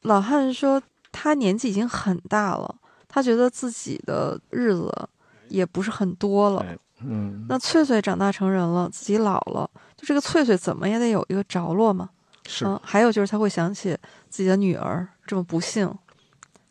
[SPEAKER 1] 老汉说他年纪已经很大了，他觉得自己的日子也不是很多了。
[SPEAKER 2] 哎嗯嗯，
[SPEAKER 1] 那翠翠长大成人了，自己老了，就这个翠翠怎么也得有一个着落嘛。
[SPEAKER 2] 是
[SPEAKER 1] 嗯，还有就是他会想起自己的女儿这么不幸，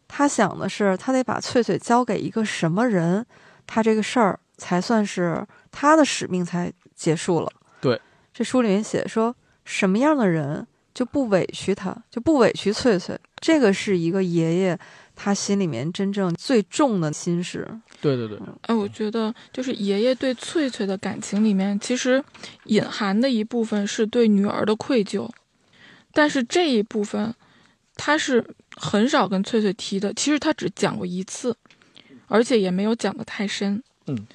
[SPEAKER 1] 他想的是他得把翠翠交给一个什么人，他这个事儿才算是他的使命才结束了。
[SPEAKER 2] 对，
[SPEAKER 1] 这书里面写说什么样的人就不委屈他，就不委屈翠翠，这个是一个爷爷他心里面真正最重的心事。
[SPEAKER 2] 对对对，
[SPEAKER 3] 哎，我觉得就是爷爷对翠翠的感情里面，其实隐含的一部分是对女儿的愧疚，但是这一部分他是很少跟翠翠提的。其实他只讲过一次，而且也没有讲得太深。
[SPEAKER 2] 嗯，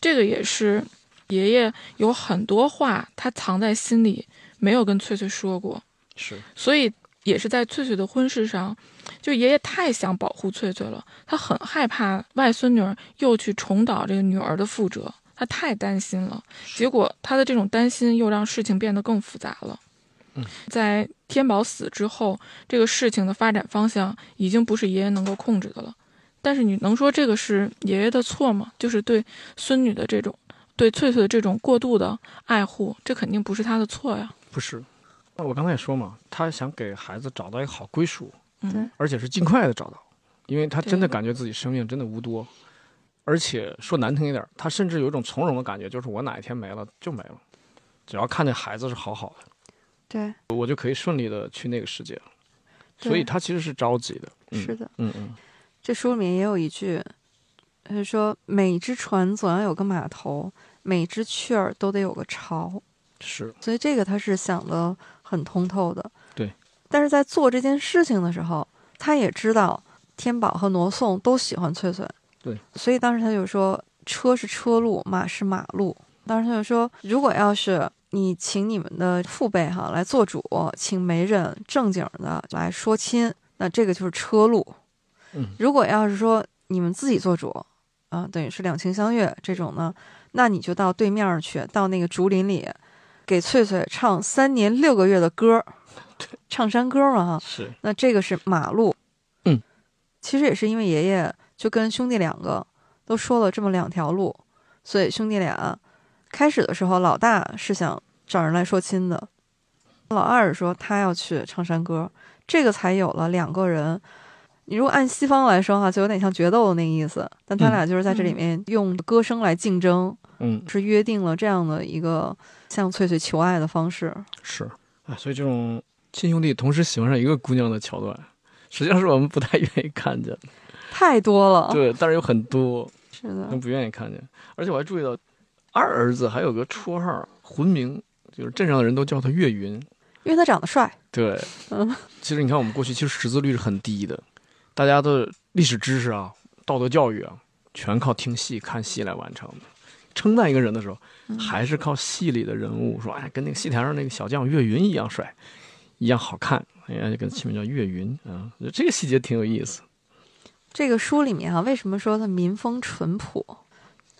[SPEAKER 3] 这个也是爷爷有很多话他藏在心里，没有跟翠翠说过。
[SPEAKER 2] 是
[SPEAKER 3] 所以也是在翠翠的婚事上，就爷爷太想保护翠翠了，他很害怕外孙女儿又去重蹈这个女儿的覆辙，他太担心了。结果他的这种担心又让事情变得更复杂了。
[SPEAKER 2] 嗯
[SPEAKER 3] 在天宝死之后，这个事情的发展方向已经不是爷爷能够控制的了。但是你能说这个是爷爷的错吗？就是对孙女的这种，对翠翠的这种过度的爱护，这肯定不是他的错呀。
[SPEAKER 2] 不是？那我刚才也说嘛，他想给孩子找到一个好归属，
[SPEAKER 3] 嗯，
[SPEAKER 2] 而且是尽快的找到，因为他真的
[SPEAKER 3] 对
[SPEAKER 2] 感觉自己生命真的无多，而且说难听一点，他甚至有一种从容的感觉，就是我哪一天没了就没了，只要看这孩子是好好
[SPEAKER 1] 对，
[SPEAKER 2] 的，我就可以顺利的去那个世界了。
[SPEAKER 1] 对
[SPEAKER 2] 所以他其实是着急的，嗯、
[SPEAKER 1] 是的。
[SPEAKER 2] 嗯嗯，
[SPEAKER 1] 这书里面也有一句，他说：“每只船总要有个码头，每只雀儿都得有个巢。
[SPEAKER 2] 是”
[SPEAKER 1] 所以这个他是想的很通透的。
[SPEAKER 2] 对。
[SPEAKER 1] 但是在做这件事情的时候，他也知道天宝和罗宋都喜欢翠翠。
[SPEAKER 2] 对。
[SPEAKER 1] 所以当时他就说：“车是车路，马是马路。”当时他就说：“如果要是你请你们的父辈哈来做主，请媒人正经的来说亲，那这个就是车路。”
[SPEAKER 2] 嗯，
[SPEAKER 1] 如果要是说你们自己做主啊，等于是两情相悦这种呢，那你就到对面儿去，到那个竹林里，给翠翠唱三年六个月的歌 儿，唱山歌嘛哈。
[SPEAKER 2] 是
[SPEAKER 1] 那这个是马路，
[SPEAKER 2] 嗯，
[SPEAKER 1] 其实也是因为爷爷就跟兄弟两个都说了这么两条路，所以兄弟俩开始的时候，老大是想找人来说亲的，老二说他要去唱山歌，这个才有了两个人。你如果按西方来说哈，就有点像决斗的那个意思，但他俩就是在这里面用歌声来竞争，
[SPEAKER 2] 嗯
[SPEAKER 1] 是约定了这样的一个向翠翠求爱的方式。
[SPEAKER 2] 是，哎，所以这种亲兄弟同时喜欢上一个姑娘的桥段，实际上是我们不太愿意看见的，
[SPEAKER 1] 太多了，
[SPEAKER 2] 对，但是有很多。
[SPEAKER 1] 是的
[SPEAKER 2] 都，不愿意看见。而且我还注意到，二儿子还有个绰号魂名，就是镇上的人都叫他岳云。
[SPEAKER 1] 因为他长得帅，
[SPEAKER 2] 对，
[SPEAKER 1] 嗯
[SPEAKER 2] 其实你看我们过去其实识字率是很低的，大家的历史知识啊、道德教育啊，全靠听戏、看戏来完成的。称赞一个人的时候，
[SPEAKER 1] 嗯
[SPEAKER 2] 还是靠戏里的人物说，哎，跟那个戏台上那个小将岳云一样帅，一样好看，人家就跟起名叫岳云啊。我觉得这个细节挺有意思。
[SPEAKER 1] 这个书里面啊，为什么说它民风淳朴？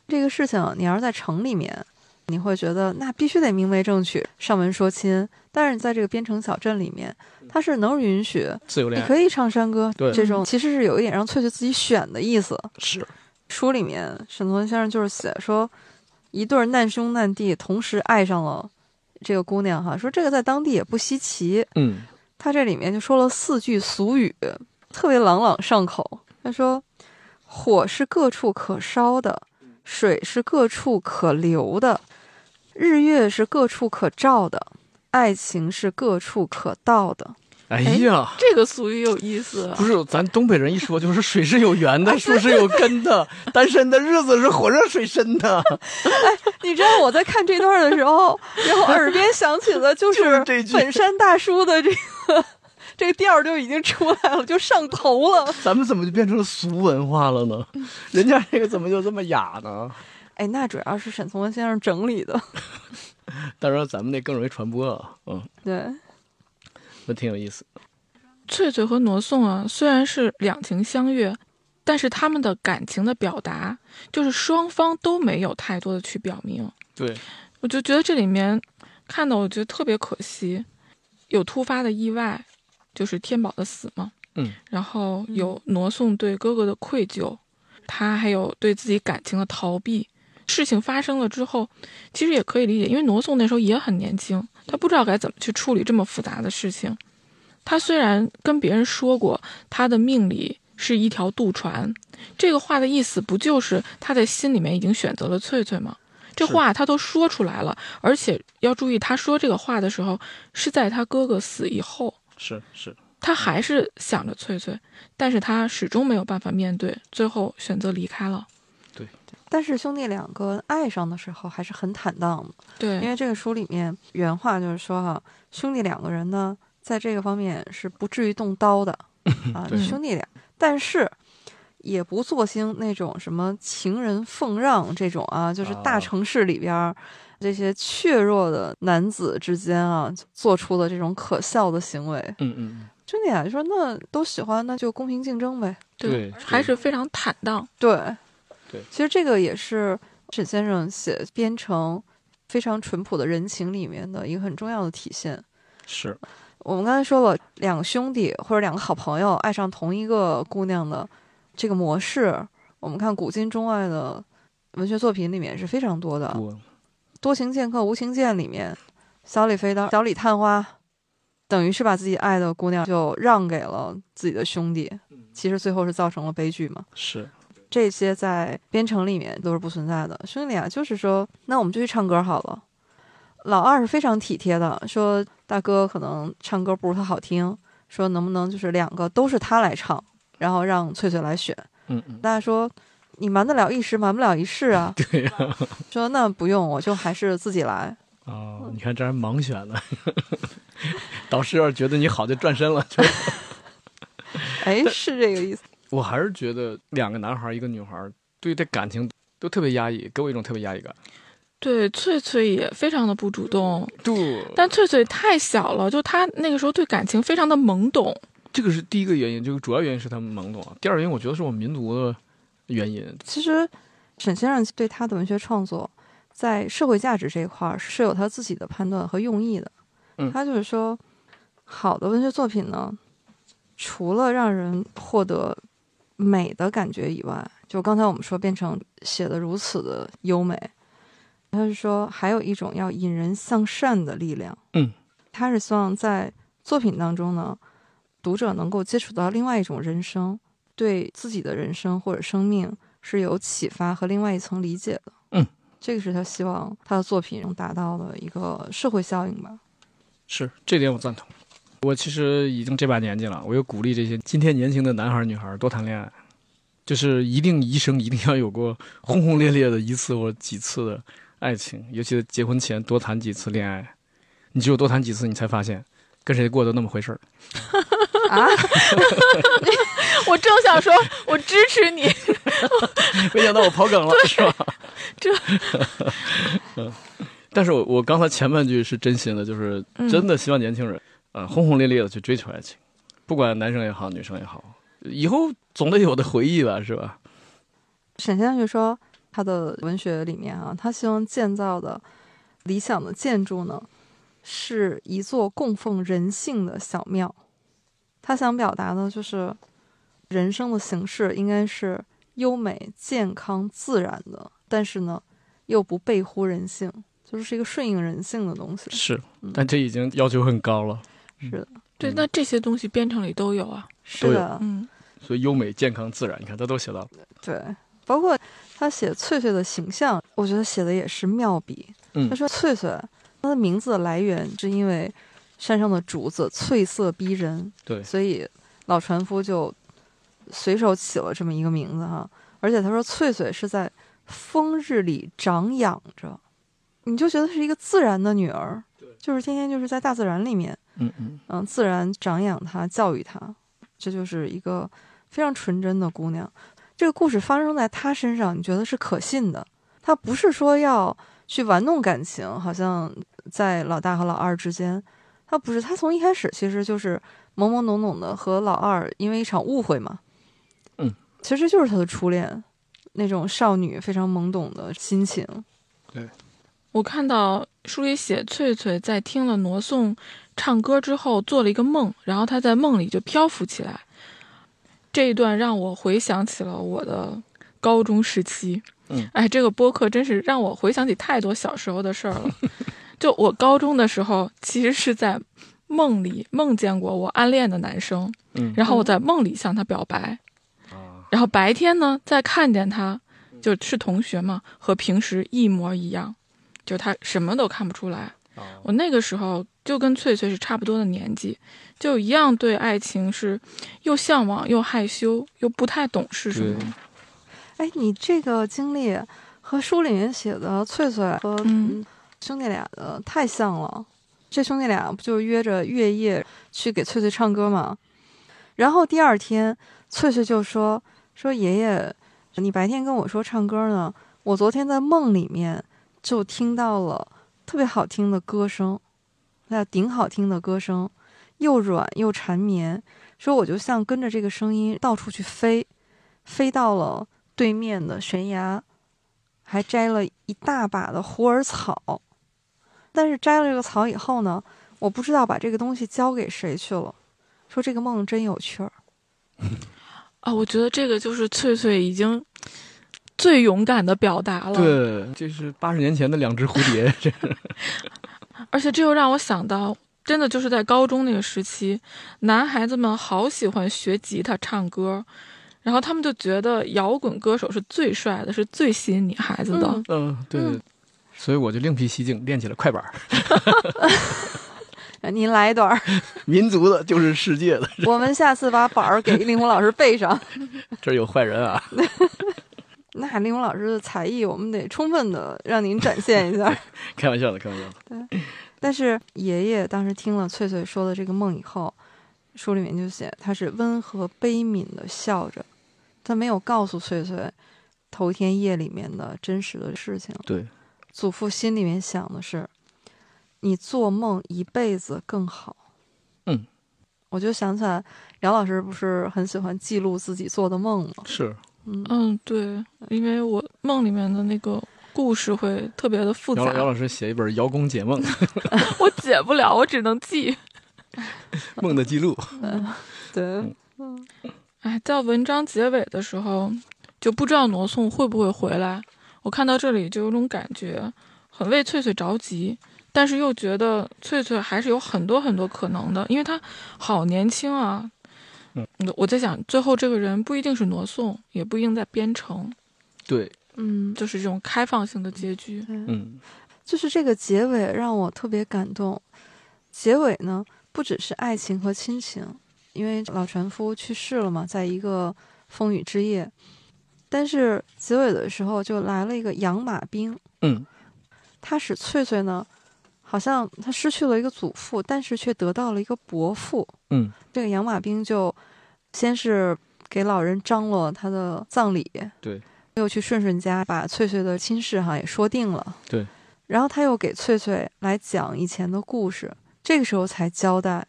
[SPEAKER 1] 这个事情，你要是在城里面，你会觉得那必须得明媒正娶、上门说亲。但是在这个边城小镇里面，它是能允许
[SPEAKER 2] 自由
[SPEAKER 1] 你
[SPEAKER 2] 恋爱
[SPEAKER 1] 可以唱山歌
[SPEAKER 2] 嗯对
[SPEAKER 1] 这种，其实是有一点让翠翠自己选的意思。
[SPEAKER 2] 是
[SPEAKER 1] 书里面沈从文先生就是写说，一对儿难兄难弟同时爱上了这个姑娘哈，说这个在当地也不稀奇。
[SPEAKER 2] 嗯，
[SPEAKER 1] 他这里面就说了四句俗语，特别朗朗上口。他说：“火是各处可烧的，水是各处可流的，日月是各处可照的，爱情是各处可到的。
[SPEAKER 2] 哎呀。
[SPEAKER 3] 这个俗语有意思啊
[SPEAKER 2] 不是，咱东北人一说就是水是有源的，树是有根的，单身的日子是火热水深的，
[SPEAKER 1] 你知道我在看这段的时候，然后耳边响起的就
[SPEAKER 2] 就是
[SPEAKER 1] 是
[SPEAKER 2] 这句
[SPEAKER 1] 本山大叔的这个这个调儿就已经出来了，就上头了。
[SPEAKER 2] 咱们怎么就变成了俗文化了呢？人家这个怎么就这么雅呢？
[SPEAKER 1] 哎，那主要是沈从文先生整理的，
[SPEAKER 2] 当然，咱们那更容易传播啊，嗯，
[SPEAKER 1] 对。”
[SPEAKER 2] 那挺有意思。
[SPEAKER 3] 翠翠和挪宋啊，虽然是两情相悦，但是他们的感情的表达，就是双方都没有太多的去表明。
[SPEAKER 2] 对，
[SPEAKER 3] 我就觉得这里面看的，我觉得特别可惜，有突发的意外，就是天宝的死嘛，
[SPEAKER 2] 嗯，
[SPEAKER 3] 然后有挪宋对哥哥的愧疚，他还有对自己感情的逃避，事情发生了之后，其实也可以理解，因为罗宋那时候也很年轻，他不知道该怎么去处理这么复杂的事情。他虽然跟别人说过他的命里是一条渡船，这个话的意思不就是他在心里面已经选择了翠翠吗？这
[SPEAKER 2] 是
[SPEAKER 3] 话他都说出来了，而且要注意，他说这个话的时候是在他哥哥死以后，
[SPEAKER 2] 是是，
[SPEAKER 1] 嗯
[SPEAKER 3] 他还是想着翠翠，但是他始终没有办法面对，最后选择离开了。
[SPEAKER 1] 但是兄弟两个爱上的时候还是很坦荡的，因
[SPEAKER 3] 对，
[SPEAKER 1] 为这个书里面原话就是说哈、兄弟两个人呢，在这个方面是不至于动刀 的啊，
[SPEAKER 2] 对
[SPEAKER 1] 兄弟俩，但是也不做兴那种什么情人奉让这种啊，就是大
[SPEAKER 2] 啊
[SPEAKER 1] 城市里边儿这些怯弱的男子之间啊，做出的这种可笑的行为。
[SPEAKER 2] 嗯嗯，
[SPEAKER 1] 兄弟俩就说那都喜欢，那就公平竞争呗。
[SPEAKER 2] 对
[SPEAKER 3] 还是非常坦荡。
[SPEAKER 1] 对，
[SPEAKER 2] 对
[SPEAKER 1] 其实这个也是沈先生写编程非常淳朴的人情里面的一个很重要的体现。
[SPEAKER 2] 是
[SPEAKER 1] 我们刚才说了，两个兄弟或者两个好朋友爱上同一个姑娘的这个模式，我们看古今中外的文学作品里面是非常多的。
[SPEAKER 2] 多
[SPEAKER 1] 多情剑客无情剑里面，小李飞刀、小李探花，等于是把自己爱的姑娘就让给了自己的兄弟，其实最后是造成了悲剧嘛。
[SPEAKER 2] 是
[SPEAKER 1] 这些在编程里面都是不存在的。兄弟俩啊就是说，那我们就去唱歌好了。老二是非常体贴的，说大哥可能唱歌不如他好听，说能不能就是两个都是他来唱，然后让翠翠来选。
[SPEAKER 2] 嗯嗯，
[SPEAKER 1] 大家说你瞒得了一时，瞒不了一世啊。
[SPEAKER 2] 对呀
[SPEAKER 1] 说那不用，我就还是自己来。
[SPEAKER 2] 哦，你看这还盲选呢， 导师要是觉得你好就转身了，就
[SPEAKER 1] 哎，是这个意思。
[SPEAKER 2] 我还是觉得两个男孩儿一个女孩儿对待感情都特别压抑，给我一种特别压抑感。
[SPEAKER 3] 对，翠翠也非常的不主动，
[SPEAKER 1] 嗯
[SPEAKER 2] 对，
[SPEAKER 3] 但翠翠太小了，就她那个时候对感情非常的懵懂。
[SPEAKER 2] 这个是第一个原因，这个主要原因是他们懵懂啊。第二个原因我觉得是我们民族的原因，
[SPEAKER 1] 其实沈先生对他的文学创作，在社会价值这一块儿是有他自己的判断和用意的。
[SPEAKER 2] 嗯
[SPEAKER 1] 他就是说，好的文学作品呢，除了让人获得美的感觉以外，就刚才我们说变成写的如此的优美，他是说还有一种要引人向善的力量。
[SPEAKER 2] 嗯，
[SPEAKER 1] 他是希望在作品当中呢，读者能够接触到另外一种人生，对自己的人生或者生命是有启发和另外一层理解的。
[SPEAKER 2] 嗯，
[SPEAKER 1] 这个是他希望他的作品能达到的一个社会效应吧。
[SPEAKER 2] 是这点我赞同。我其实已经这把年纪了，我也鼓励这些今天年轻的男孩儿女孩儿多谈恋爱，就是一定一生一定要有过轰轰烈烈的一次或几次的爱情，尤其是结婚前多谈几次恋爱，你只有多谈几次，你才发现跟谁过都那么回事儿。
[SPEAKER 1] 啊，
[SPEAKER 3] 我正想说，我支持你。
[SPEAKER 1] 嗯
[SPEAKER 2] 没想到我跑梗了，是吧？
[SPEAKER 3] 这，
[SPEAKER 2] 但是我我刚才前半句是真心的，就是
[SPEAKER 3] 嗯
[SPEAKER 2] 真的希望年轻人，呃，轰轰烈烈的去追求爱情，不管男生也好，女生也好，以后总得有的回忆吧，是吧？
[SPEAKER 1] 沈先生就说，他的文学里面啊，他希望建造的理想的建筑呢，是一座供奉人性的小庙。他想表达的就是，人生的形式应该是优美、健康、自然的，但是呢，又不背乎人性，就是是一个顺应人性的东西。
[SPEAKER 2] 是
[SPEAKER 1] 嗯，
[SPEAKER 2] 但这已经要求很高了，嗯
[SPEAKER 1] 是的，
[SPEAKER 3] 对，那这些东西编程里都有啊。
[SPEAKER 1] 是的，
[SPEAKER 3] 嗯，
[SPEAKER 2] 所以优美、健康、自然，你看他都写到了，
[SPEAKER 1] 对，包括他写翠翠的形象，我觉得写的也是妙笔。
[SPEAKER 2] 嗯
[SPEAKER 1] 他说翠翠，她的名字的来源是因为山上的竹子翠色逼人，
[SPEAKER 2] 对
[SPEAKER 1] 所以老船夫就随手起了这么一个名字哈。而且他说翠翠是在风日里长养着，你就觉得是一个自然的女儿，就是天天就是在大自然里面。
[SPEAKER 2] 嗯嗯，
[SPEAKER 1] 嗯，自然长养她，教育她，这就是一个非常纯真的姑娘。这个故事发生在她身上，你觉得是可信的？她不是说要去玩弄感情，好像在老大和老二之间，她不是。她从一开始其实就是懵懵懂懂的和老二因为一场误会嘛，
[SPEAKER 2] 嗯，
[SPEAKER 1] 其实就是她的初恋，那种少女非常懵懂的心情。
[SPEAKER 3] 我看到书里写翠翠在听了挪宋唱歌之后做了一个梦，然后她在梦里就漂浮起来。这一段让我回想起了我的高中时期，
[SPEAKER 2] 嗯，
[SPEAKER 3] 哎，这个播客真是让我回想起太多小时候的事儿了。就我高中的时候，其实是在梦里梦见过我暗恋的男生，
[SPEAKER 2] 嗯
[SPEAKER 3] 然后我在梦里向他表白，
[SPEAKER 2] 啊
[SPEAKER 3] 然后白天呢再看见他，就是同学嘛，和平时一模一样，就他什么都看不出来。
[SPEAKER 2] 哦
[SPEAKER 3] 我那个时候就跟翠翠是差不多的年纪，就一样对爱情是又向往又害羞，又不太懂是什么
[SPEAKER 2] 对。
[SPEAKER 1] 哎，你这个经历和书里面写的翠翠和
[SPEAKER 3] 嗯
[SPEAKER 1] 嗯兄弟俩的太像了。这兄弟俩不就约着月夜去给翠翠唱歌吗？然后第二天，翠翠就说：“说爷爷，你白天跟我说唱歌呢，我昨天在梦里面就听到了特别好听的歌声，那顶好听的歌声，又软又缠绵。说我就像跟着这个声音到处去飞，飞到了对面的悬崖，还摘了一大把的虎耳草。但是摘了这个草以后呢，我不知道把这个东西交给谁去了。说这个梦真有趣儿，
[SPEAKER 3] 啊，我觉得这个就是翠翠已经最勇敢的表达了。，
[SPEAKER 2] 对，这是八十年前的两只蝴蝶，这
[SPEAKER 3] 而且这又让我想到，真的就是在高中那个时期，男孩子们好喜欢学吉他、唱歌，然后他们就觉得摇滚歌手是最帅的，是最吸引女孩子的。
[SPEAKER 1] 嗯
[SPEAKER 2] 嗯，对对。所以我就另辟蹊径，练起了快板儿，
[SPEAKER 1] 呃您来一段儿，
[SPEAKER 2] 民族的就是世界的，
[SPEAKER 1] 我们下次把板儿给令狐老师背上。
[SPEAKER 2] 这儿有坏人啊！
[SPEAKER 1] 那令狐老师的才艺，我们得充分的让您展现一下。
[SPEAKER 2] 开玩笑的，开玩笑的。
[SPEAKER 1] 但是爷爷当时听了翠翠说的这个梦以后，书里面就写他是温和悲悯的笑着，他没有告诉翠翠头一天夜里面的真实的事情。
[SPEAKER 2] 对，
[SPEAKER 1] 祖父心里面想的是，你做梦一辈子更好。
[SPEAKER 2] 嗯，
[SPEAKER 1] 我就想起来，杨老师不是很喜欢记录自己做的梦吗？
[SPEAKER 2] 是，
[SPEAKER 1] 嗯，
[SPEAKER 3] 嗯，对，因为我梦里面的那个故事会特别的复
[SPEAKER 2] 姚
[SPEAKER 3] 杂
[SPEAKER 2] 老，姚老师写一本《姚公解梦》
[SPEAKER 3] 我解不了，我只能记。
[SPEAKER 2] 梦的记录，
[SPEAKER 1] 对，
[SPEAKER 2] 嗯
[SPEAKER 3] 哎，在文章结尾的时候，就不知道挪送会不会回来。我看到这里就有种感觉，很为翠翠着急，但是又觉得翠翠还是有很多很多可能的，因为她好年轻啊。
[SPEAKER 2] 嗯，
[SPEAKER 3] 我在想，最后这个人不一定是挪送，也不一定在编程，
[SPEAKER 2] 对，
[SPEAKER 1] 嗯，
[SPEAKER 3] 就是这种开放性的结局。
[SPEAKER 1] 对，
[SPEAKER 2] 嗯，
[SPEAKER 1] 就是这个结尾让我特别感动。结尾呢，不只是爱情和亲情，因为老船夫去世了嘛，在一个风雨之夜。但是结尾的时候就来了一个养马兵，
[SPEAKER 2] 嗯，
[SPEAKER 1] 他使翠翠呢，好像他失去了一个祖父，但是却得到了一个伯父。
[SPEAKER 2] 嗯，
[SPEAKER 1] 这个养马兵就先是给老人张罗他的葬礼，
[SPEAKER 2] 对，
[SPEAKER 1] 又去顺顺家把翠翠的亲事哈也说定了，
[SPEAKER 2] 对，
[SPEAKER 1] 然后他又给翠翠来讲以前的故事，这个时候才交代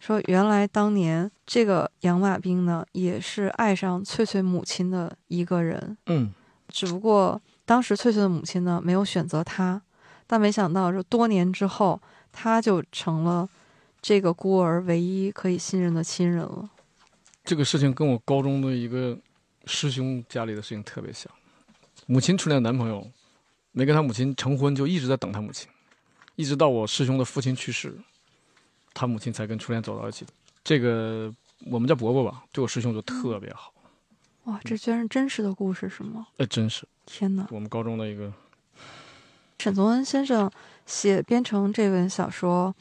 [SPEAKER 1] 说，原来当年这个养马兵呢也是爱上翠翠母亲的一个人，
[SPEAKER 2] 嗯，
[SPEAKER 1] 只不过当时翠翠的母亲呢没有选择他，但没想到这多年之后，他就成了这个孤儿唯一可以信任的亲人了。
[SPEAKER 2] 这个事情跟我高中的一个师兄家里的事情特别像。母亲初恋男朋友没跟他母亲成婚，就一直在等他母亲，一直到我师兄的父亲去世，他母亲才跟初恋走到一起。这个我们叫伯伯吧，对我师兄就特别好，
[SPEAKER 1] 哇，这居然是真实的故事是吗？
[SPEAKER 2] 哎，真是
[SPEAKER 1] 天哪！
[SPEAKER 2] 我们高中的一个，
[SPEAKER 1] 沈从文先生写《编程》这本小说，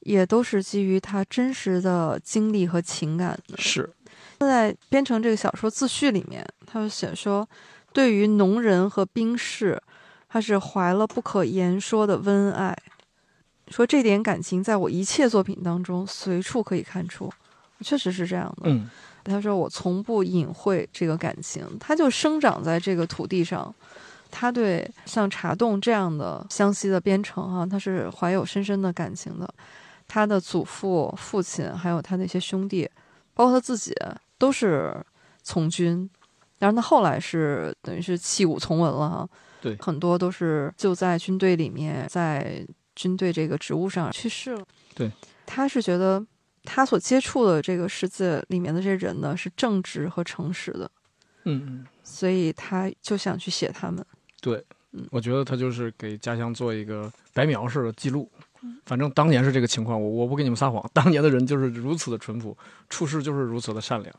[SPEAKER 1] 也都是基于他真实的经历和情感的。
[SPEAKER 2] 是
[SPEAKER 1] 他在《编程》这个小说自序里面，他就写说，对于农人和兵士，他是怀了不可言说的温爱，说这点感情在我一切作品当中随处可以看出，确实是这样的。
[SPEAKER 2] 嗯，
[SPEAKER 1] 他说我从不隐晦这个感情，他就生长在这个土地上。他对像茶洞这样的湘西的边城啊，他是怀有深深的感情的。他的祖父、父亲，还有他的一些兄弟，包括他自己，都是从军。然后他后来是等于是弃武从文了哈。
[SPEAKER 2] 对
[SPEAKER 1] 很多都是就在军队里面，在军队这个职务上去世了。
[SPEAKER 2] 对，
[SPEAKER 1] 他是觉得他所接触的这个世界里面的这些人呢，是正直和诚实的，
[SPEAKER 2] 嗯，
[SPEAKER 1] 所以他就想去写他们。
[SPEAKER 2] 我觉得他就是给家乡做一个白描式的记录。反正当年是这个情况，我我不给你们撒谎，当年的人就是如此的淳朴，处事就是如此的善良。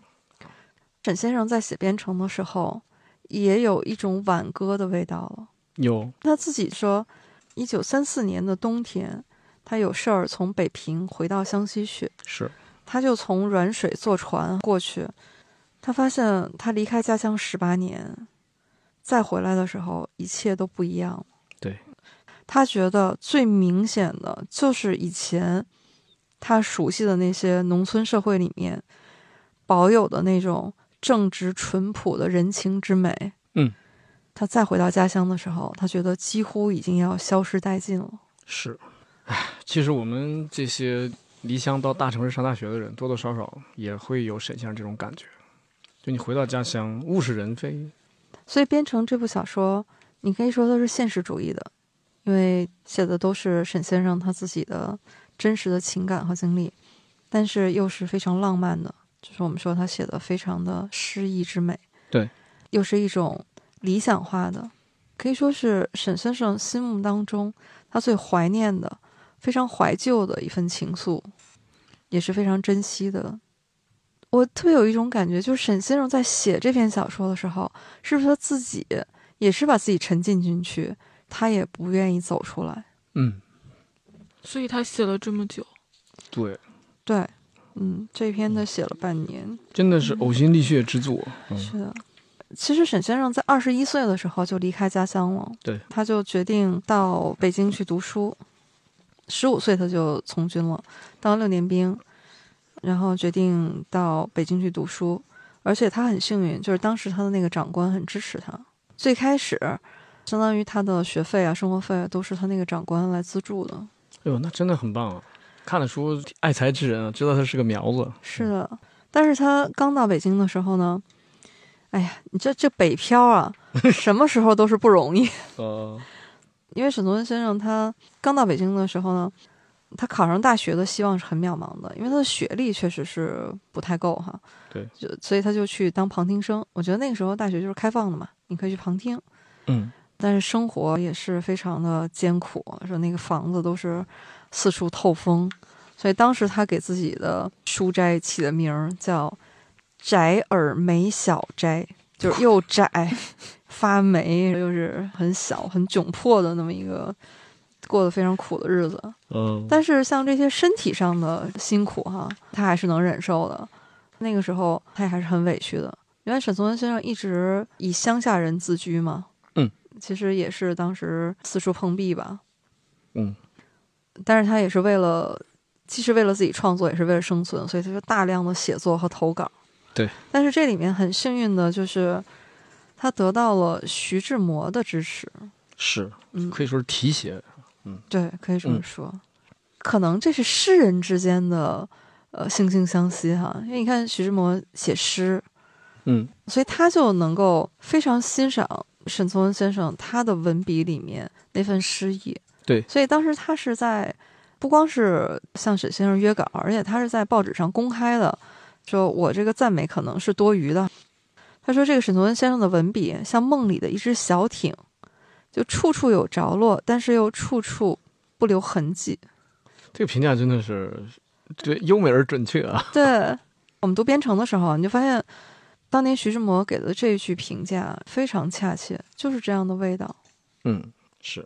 [SPEAKER 1] 沈先生在写《编程》的时候，也有一种挽歌的味道了。
[SPEAKER 2] 有，
[SPEAKER 1] 他自己说，一九三四年的冬天，他有事儿从北平回到湘西去，
[SPEAKER 2] 是
[SPEAKER 1] 他就从软水坐船过去。他发现他离开家乡十八年，再回来的时候，一切都不一样了。
[SPEAKER 2] 对，
[SPEAKER 1] 他觉得最明显的就是以前他熟悉的那些农村社会里面保有的那种正直淳朴的人情之美。
[SPEAKER 2] 嗯，
[SPEAKER 1] 他再回到家乡的时候，他觉得几乎已经要消失殆尽了。
[SPEAKER 2] 是，唉，其实我们这些离乡到大城市上大学的人，多多少少也会有沈先生这种感觉。就你回到家乡，物是人非，
[SPEAKER 1] 所以《编程》这部小说，你可以说它是现实主义的，因为写的都是沈先生他自己的真实的情感和经历，但是又是非常浪漫的，就是我们说他写的非常的诗意之美，
[SPEAKER 2] 对，
[SPEAKER 1] 又是一种理想化的，可以说是沈先生心目当中他最怀念的、非常怀旧的一份情愫，也是非常珍惜的。我特别有一种感觉，就是沈先生在写这篇小说的时候，是不是他自己也是把自己沉浸进去，他也不愿意走出来？
[SPEAKER 2] 嗯，
[SPEAKER 3] 所以他写了这 么久，
[SPEAKER 2] 对，
[SPEAKER 1] 对，嗯，这篇他写了半年，
[SPEAKER 2] 真的是呕心沥血之作。嗯
[SPEAKER 1] 是的。其实沈先生在二十一岁的时候就离开家乡了，
[SPEAKER 2] 对，
[SPEAKER 1] 他就决定到北京去读书。十五岁他就从军了，当六年兵，然后决定到北京去读书。而且他很幸运，就是当时他的那个长官很支持他。最开始，相当于他的学费啊、生活费啊，都是他那个长官来资助的。
[SPEAKER 2] 哎呦，那真的很棒啊！看得出爱才之人啊，知道他是个苗子。
[SPEAKER 1] 是的，但是他刚到北京的时候呢，哎呀，你这这北漂啊，什么时候都是不容易。
[SPEAKER 2] 呃，
[SPEAKER 1] 因为沈从文先生他刚到北京的时候呢，他考上大学的希望是很渺茫的，因为他的学历确实是不太够哈。
[SPEAKER 2] 对
[SPEAKER 1] 就所以他就去当旁听生。我觉得那个时候大学就是开放的嘛，你可以去旁听。
[SPEAKER 2] 嗯，
[SPEAKER 1] 但是生活也是非常的艰苦，说那个房子都是四处透风，所以当时他给自己的书斋起的名儿叫“窄耳梅小斋”，就是又窄发霉，又是很小很窘迫的那么一个过得非常苦的日子。
[SPEAKER 2] 呃，
[SPEAKER 1] 但是像这些身体上的辛苦哈、他还是能忍受的。那个时候他也还是很委屈的，因为沈从文先生一直以乡下人自居嘛，
[SPEAKER 2] 嗯，
[SPEAKER 1] 其实也是当时四处碰壁吧，
[SPEAKER 2] 嗯，
[SPEAKER 1] 但是他也是为了，既是为了自己创作，也是为了生存，所以他就大量的写作和投稿。
[SPEAKER 2] 对，
[SPEAKER 1] 但是这里面很幸运的就是，他得到了徐志摩的支持，
[SPEAKER 2] 是
[SPEAKER 1] 嗯，
[SPEAKER 2] 可以说是提携。
[SPEAKER 1] 对，可以这么
[SPEAKER 2] 嗯
[SPEAKER 1] 说。可能这是诗人之间的呃惺惺相惜哈，因为你看徐志摩写诗，
[SPEAKER 2] 嗯，
[SPEAKER 1] 所以他就能够非常欣赏沈从文先生他的文笔里面那份诗意。
[SPEAKER 2] 对
[SPEAKER 1] 所以当时他是在不光是向沈先生约稿，而且他是在报纸上公开的，说我这个赞美可能是多余的。他说这个沈从文先生的文笔像梦里的一只小艇，就处处有着落，但是又处处不留痕迹。
[SPEAKER 2] 这个评价真的是对优美而准确 啊。
[SPEAKER 1] 对，我们读编程的时候，你就发现，当年徐志摩给的这一句评价非常恰切，就是这样的味道。
[SPEAKER 2] 嗯，是。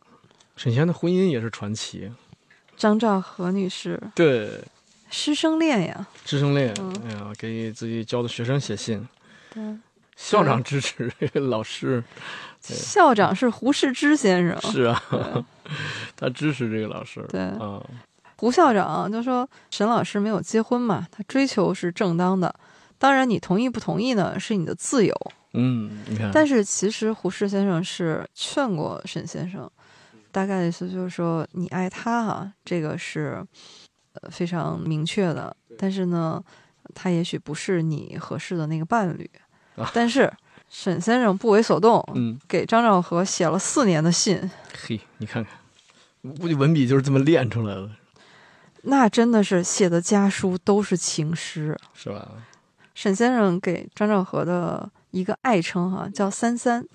[SPEAKER 2] 沈先生的婚姻也是传奇，
[SPEAKER 1] 张兆和女士，
[SPEAKER 2] 对，
[SPEAKER 1] 师生恋呀，
[SPEAKER 2] 师生恋，
[SPEAKER 1] 嗯
[SPEAKER 2] 哎呀，给自己教的学生写信，
[SPEAKER 1] 对，
[SPEAKER 2] 校长支持，老师
[SPEAKER 1] 校长是胡适之先生，
[SPEAKER 2] 是啊，
[SPEAKER 1] 对
[SPEAKER 2] 他支持这个老师，
[SPEAKER 1] 对
[SPEAKER 2] 啊，
[SPEAKER 1] 胡校长啊就说沈老师没有结婚嘛，他追求是正当的，当然你同意不同意呢是你的自由，
[SPEAKER 2] 嗯，你看，
[SPEAKER 1] 但是其实胡适先生是劝过沈先生，
[SPEAKER 2] 嗯
[SPEAKER 1] 大概的意思就是说，你爱他哈、这个是呃非常明确的，但是呢，他也许不是你合适的那个伴侣
[SPEAKER 2] 啊。
[SPEAKER 1] 但是沈先生不为所动，
[SPEAKER 2] 嗯，
[SPEAKER 1] 给张兆和写了四年的信，
[SPEAKER 2] 嘿，你看看，估计文笔就是这么练出来的，
[SPEAKER 1] 那真的是写的家书都是情诗。
[SPEAKER 2] 是吧？
[SPEAKER 1] 沈先生给张兆和的一个爱称哈、叫三三，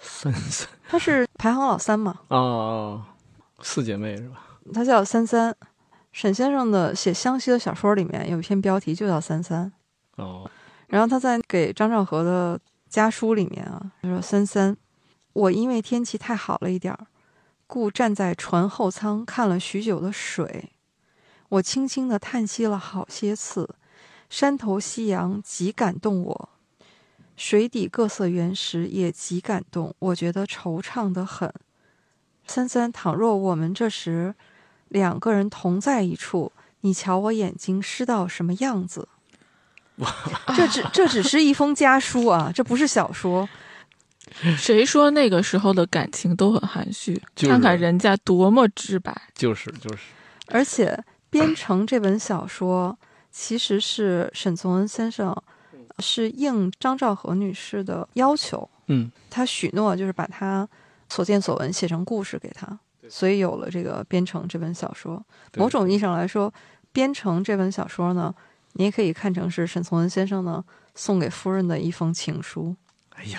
[SPEAKER 2] 三三
[SPEAKER 1] 她是排行老三嘛，
[SPEAKER 2] 哦，四姐妹是吧？
[SPEAKER 1] 她叫三三。沈先生的写湘西的小说里面有一篇标题就叫三三，
[SPEAKER 2] 哦，
[SPEAKER 1] 然后他在给张兆和的家书里面啊，他说：“三三，我因为天气太好了一点儿，故站在船后舱看了许久的水，我轻轻地叹息了好些次。山头夕阳极感动我，水底各色原石也极感动，我觉得惆怅得很。三三，倘若我们这时两个人同在一处，你瞧我眼睛湿到什么样子？”这只这只是一封家书啊，这不是小说。
[SPEAKER 3] 谁说那个时候的感情都很含蓄？
[SPEAKER 2] 就是
[SPEAKER 3] 看看人家多么直白。
[SPEAKER 2] 就是就是，
[SPEAKER 1] 而且编成这本小说，其实是沈从文先生是应张兆和女士的要求，
[SPEAKER 2] 嗯，
[SPEAKER 1] 他许诺就是把他所见所闻写成故事给他，所以有了这个编成这本小说。
[SPEAKER 2] 对
[SPEAKER 1] 某种意义上来说，编成这本小说呢，你也可以看成是沈从文先生呢送给夫人的一封情书。
[SPEAKER 2] 哎呀，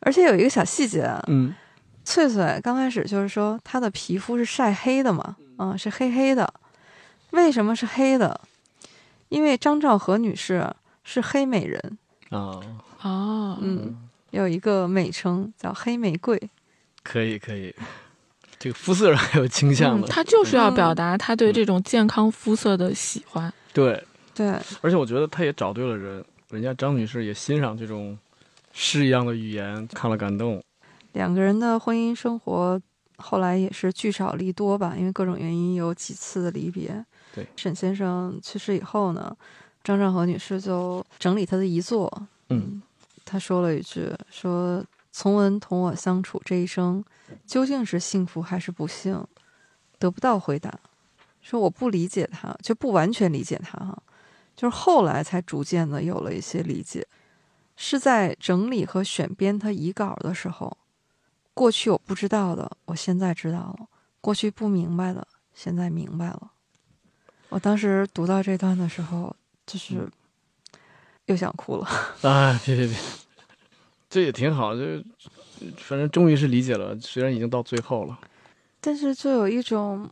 [SPEAKER 1] 而且有一个小细节啊，
[SPEAKER 2] 嗯，
[SPEAKER 1] 翠翠刚开始就是说她的皮肤是晒黑的嘛，啊、是黑黑的。为什么是黑的？因为张兆和女士是黑美人，
[SPEAKER 2] 啊，
[SPEAKER 3] 哦，
[SPEAKER 1] 嗯，有一个美称叫黑玫瑰。
[SPEAKER 2] 可以可以，这个肤色上还有倾向
[SPEAKER 3] 嗯，
[SPEAKER 2] 的，
[SPEAKER 3] 他就是要表达他对这种健康肤色的喜欢。
[SPEAKER 2] 对，
[SPEAKER 1] 对，
[SPEAKER 2] 而且我觉得他也找对了人，人家张女士也欣赏这种诗一样的语言，看了感动。
[SPEAKER 1] 两个人的婚姻生活后来也是聚少离多吧，因为各种原因有几次的离别。
[SPEAKER 2] 对
[SPEAKER 1] 沈先生去世以后呢，张兆和女士就整理她的遗作，
[SPEAKER 2] 嗯，
[SPEAKER 1] 她说了一句：“说从文同我相处这一生，究竟是幸福还是不幸，得不到回答。说我不理解他，就不完全理解他哈，就是后来才逐渐的有了一些理解。是在整理和选编他遗稿的时候，过去我不知道的，我现在知道了；过去不明白的，现在明白了。”我当时读到这段的时候，就是 又想哭了。
[SPEAKER 2] 哎，别别别，这也挺好，就是反正终于是理解了，虽然已经到最后了。
[SPEAKER 1] 但是就有一种，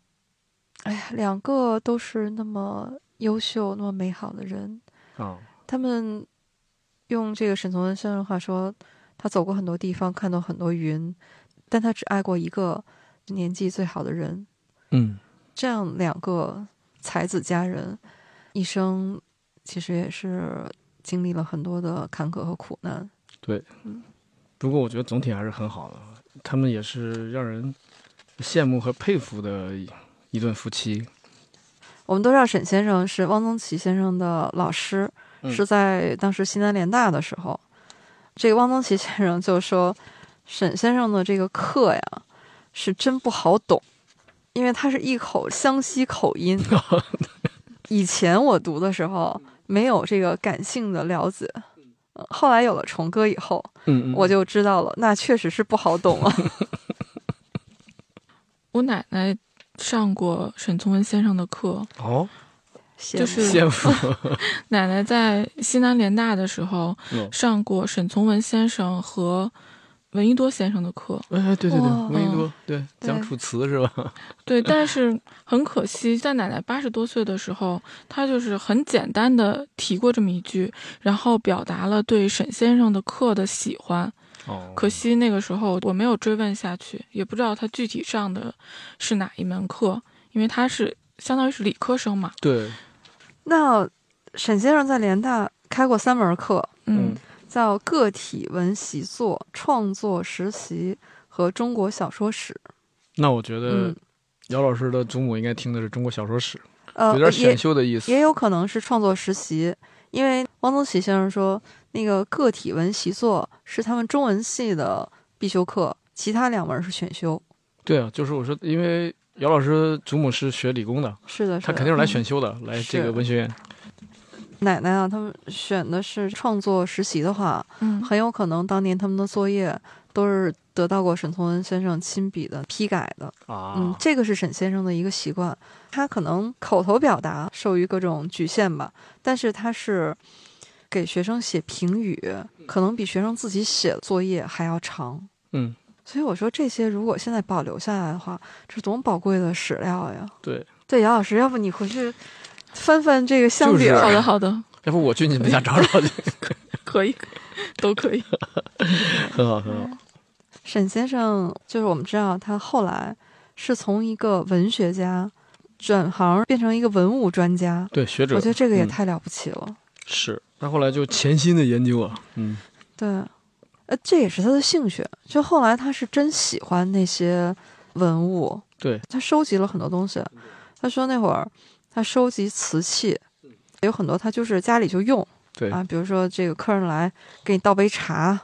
[SPEAKER 1] 哎呀，两个都是那么优秀、那么美好的人，
[SPEAKER 2] 啊，
[SPEAKER 1] 他们用这个沈从文先生的话说，他走过很多地方，看到很多云，但他只爱过一个年纪最好的人。
[SPEAKER 2] 嗯，
[SPEAKER 1] 这样两个才子佳人，一生其实也是经历了很多的坎坷和苦难。
[SPEAKER 2] 不过我觉得总体还是很好的，他们也是让人羡慕和佩服的一一对夫妻。
[SPEAKER 1] 我们都知道沈先生是汪曾祺先生的老师，
[SPEAKER 2] 嗯
[SPEAKER 1] 是在当时西南联大的时候，这个汪曾祺先生就说，沈先生的这个课呀是真不好懂，因为他是一口湘西口音。以前我读的时候没有这个感性的了解，呃后来有了虫哥以后，
[SPEAKER 2] 嗯嗯，
[SPEAKER 1] 我就知道了，那确实是不好懂 啊。
[SPEAKER 3] 我奶奶上过沈从文先生的课，
[SPEAKER 2] 哦，
[SPEAKER 1] 羡
[SPEAKER 3] 就
[SPEAKER 1] 慕
[SPEAKER 3] 是
[SPEAKER 2] 羡慕。
[SPEAKER 3] 奶奶在西南联大的时候
[SPEAKER 2] 嗯
[SPEAKER 3] 上过沈从文先生和闻一多先生的课，
[SPEAKER 2] 哎，对对对
[SPEAKER 1] 哇，
[SPEAKER 2] 闻一多，对，讲
[SPEAKER 1] 对
[SPEAKER 2] 楚辞是吧？
[SPEAKER 3] 对，但是很可惜，在奶奶八十多岁的时候，她就是很简单的提过这么一句，然后表达了对沈先生的课的喜欢。
[SPEAKER 2] 哦，
[SPEAKER 3] 可惜那个时候我没有追问下去，也不知道他具体上的是哪一门课，因为他是相当于是理科生嘛。
[SPEAKER 2] 对，
[SPEAKER 1] 那沈先生在联大开过三门课，
[SPEAKER 3] 嗯，
[SPEAKER 1] 叫《个体文习作创作实习》和《中国小说史》。
[SPEAKER 2] 那我觉得
[SPEAKER 1] 嗯，
[SPEAKER 2] 姚老师的祖母应该听的是中国小说史，有
[SPEAKER 1] 呃，
[SPEAKER 2] 点选
[SPEAKER 1] 也
[SPEAKER 2] 秀的意思。
[SPEAKER 1] 也有可能是创作实习，因为汪曾祺先生说，那个个体文习作是他们中文系的必修课，其他两门是选修。
[SPEAKER 2] 对啊，就是我说，因为姚老师祖母是学理工的，
[SPEAKER 1] 是的，是
[SPEAKER 2] 他
[SPEAKER 1] 的。
[SPEAKER 2] 肯定是来选修的，来
[SPEAKER 1] 是
[SPEAKER 2] 这个文学院。
[SPEAKER 1] 奶奶啊，他们选的是创作实习的话，
[SPEAKER 3] 嗯，
[SPEAKER 1] 很有可能当年他们的作业都是得到过沈从文先生亲笔的批改的。
[SPEAKER 2] 啊，
[SPEAKER 1] 嗯，这个是沈先生的一个习惯，他可能口头表达受于各种局限吧，但是他是给学生写评语，可能比学生自己写作业还要长。
[SPEAKER 2] 嗯，
[SPEAKER 1] 所以我说这些如果现在保留下来的话，这是多么宝贵的史料呀！
[SPEAKER 2] 对，
[SPEAKER 1] 对，姚老师，要不你回去翻翻这个箱底
[SPEAKER 2] 就
[SPEAKER 1] 儿？
[SPEAKER 2] 是
[SPEAKER 3] 好的，好的，
[SPEAKER 2] 要不我去你们家找 找去，
[SPEAKER 3] 可以，都可以。
[SPEAKER 2] 很好，很好。
[SPEAKER 1] 沈先生就是我们知道他后来是从一个文学家转行变成一个文物专家，
[SPEAKER 2] 对，学者，
[SPEAKER 1] 我觉得这个也
[SPEAKER 2] 嗯
[SPEAKER 1] 太了不起了。
[SPEAKER 2] 是他后来就潜心的研究啊，嗯，
[SPEAKER 1] 对，呃，这也是他的兴趣。就后来他是真喜欢那些文物，
[SPEAKER 2] 对，
[SPEAKER 1] 他收集了很多东西。他说那会儿他收集瓷器，有很多他就是家里就用
[SPEAKER 2] 对，
[SPEAKER 1] 啊，比如说这个客人来给你倒杯茶，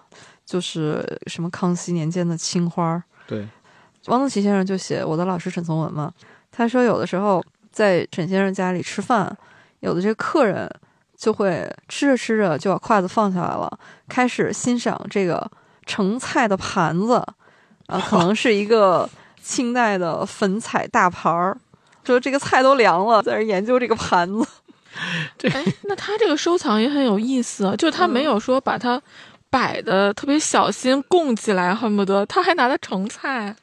[SPEAKER 1] 就是什么康熙年间的青花儿。
[SPEAKER 2] 对，
[SPEAKER 1] 汪曾祺先生就写我的老师沈从文嘛，他说有的时候在沈先生家里吃饭，有的这个客人就会吃着吃着就把筷子放下来了，开始欣赏这个盛菜的盘子，啊，可能是一个清代的粉彩大盘儿，说这个菜都凉了，在这儿研究这个盘子。
[SPEAKER 3] 哎，那他这个收藏也很有意思啊，就是他没有说把它摆的特别小心供起来，恨不得他还拿它盛菜。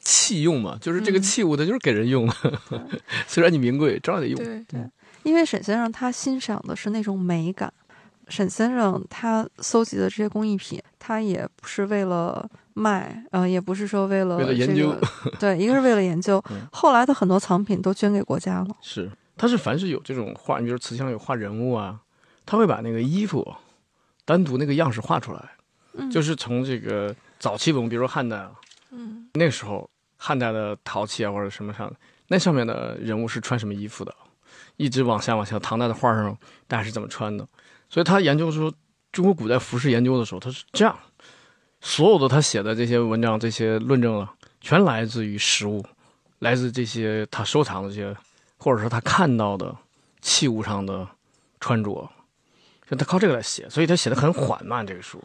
[SPEAKER 2] 器用嘛，就是这个
[SPEAKER 3] 嗯
[SPEAKER 2] 器物，它就是给人用的，
[SPEAKER 1] 嗯
[SPEAKER 2] 虽然你名贵，照样得用。
[SPEAKER 3] 对，
[SPEAKER 1] 因为沈先生他欣赏的是那种美感，沈先生他搜集的这些工艺品，他也不是为了卖，呃，也不是说为了、
[SPEAKER 2] 为
[SPEAKER 1] 这
[SPEAKER 2] 了
[SPEAKER 1] 个、
[SPEAKER 2] 研究，
[SPEAKER 1] 对，一个是为了研究
[SPEAKER 2] 嗯，
[SPEAKER 1] 后来的很多藏品都捐给国家了。
[SPEAKER 2] 是，他是凡是有这种画，你比如瓷器上有画人物啊，他会把那个衣服单独那个样式画出来，
[SPEAKER 1] 嗯
[SPEAKER 2] 就是从这个早期文物，比如说汉代啊，
[SPEAKER 3] 嗯，
[SPEAKER 2] 那时候汉代的陶器啊或者什么上，那上面的人物是穿什么衣服的，一直往下往下，唐代的画上大家是怎么穿的，所以他研究说中国古代服饰研究的时候，他是这样，所有的他写的这些文章、这些论证啊，全来自于实物，来自这些他收藏的这些，或者说他看到的器物上的穿着，所以他靠这个来写，所以他写的很缓慢这个书，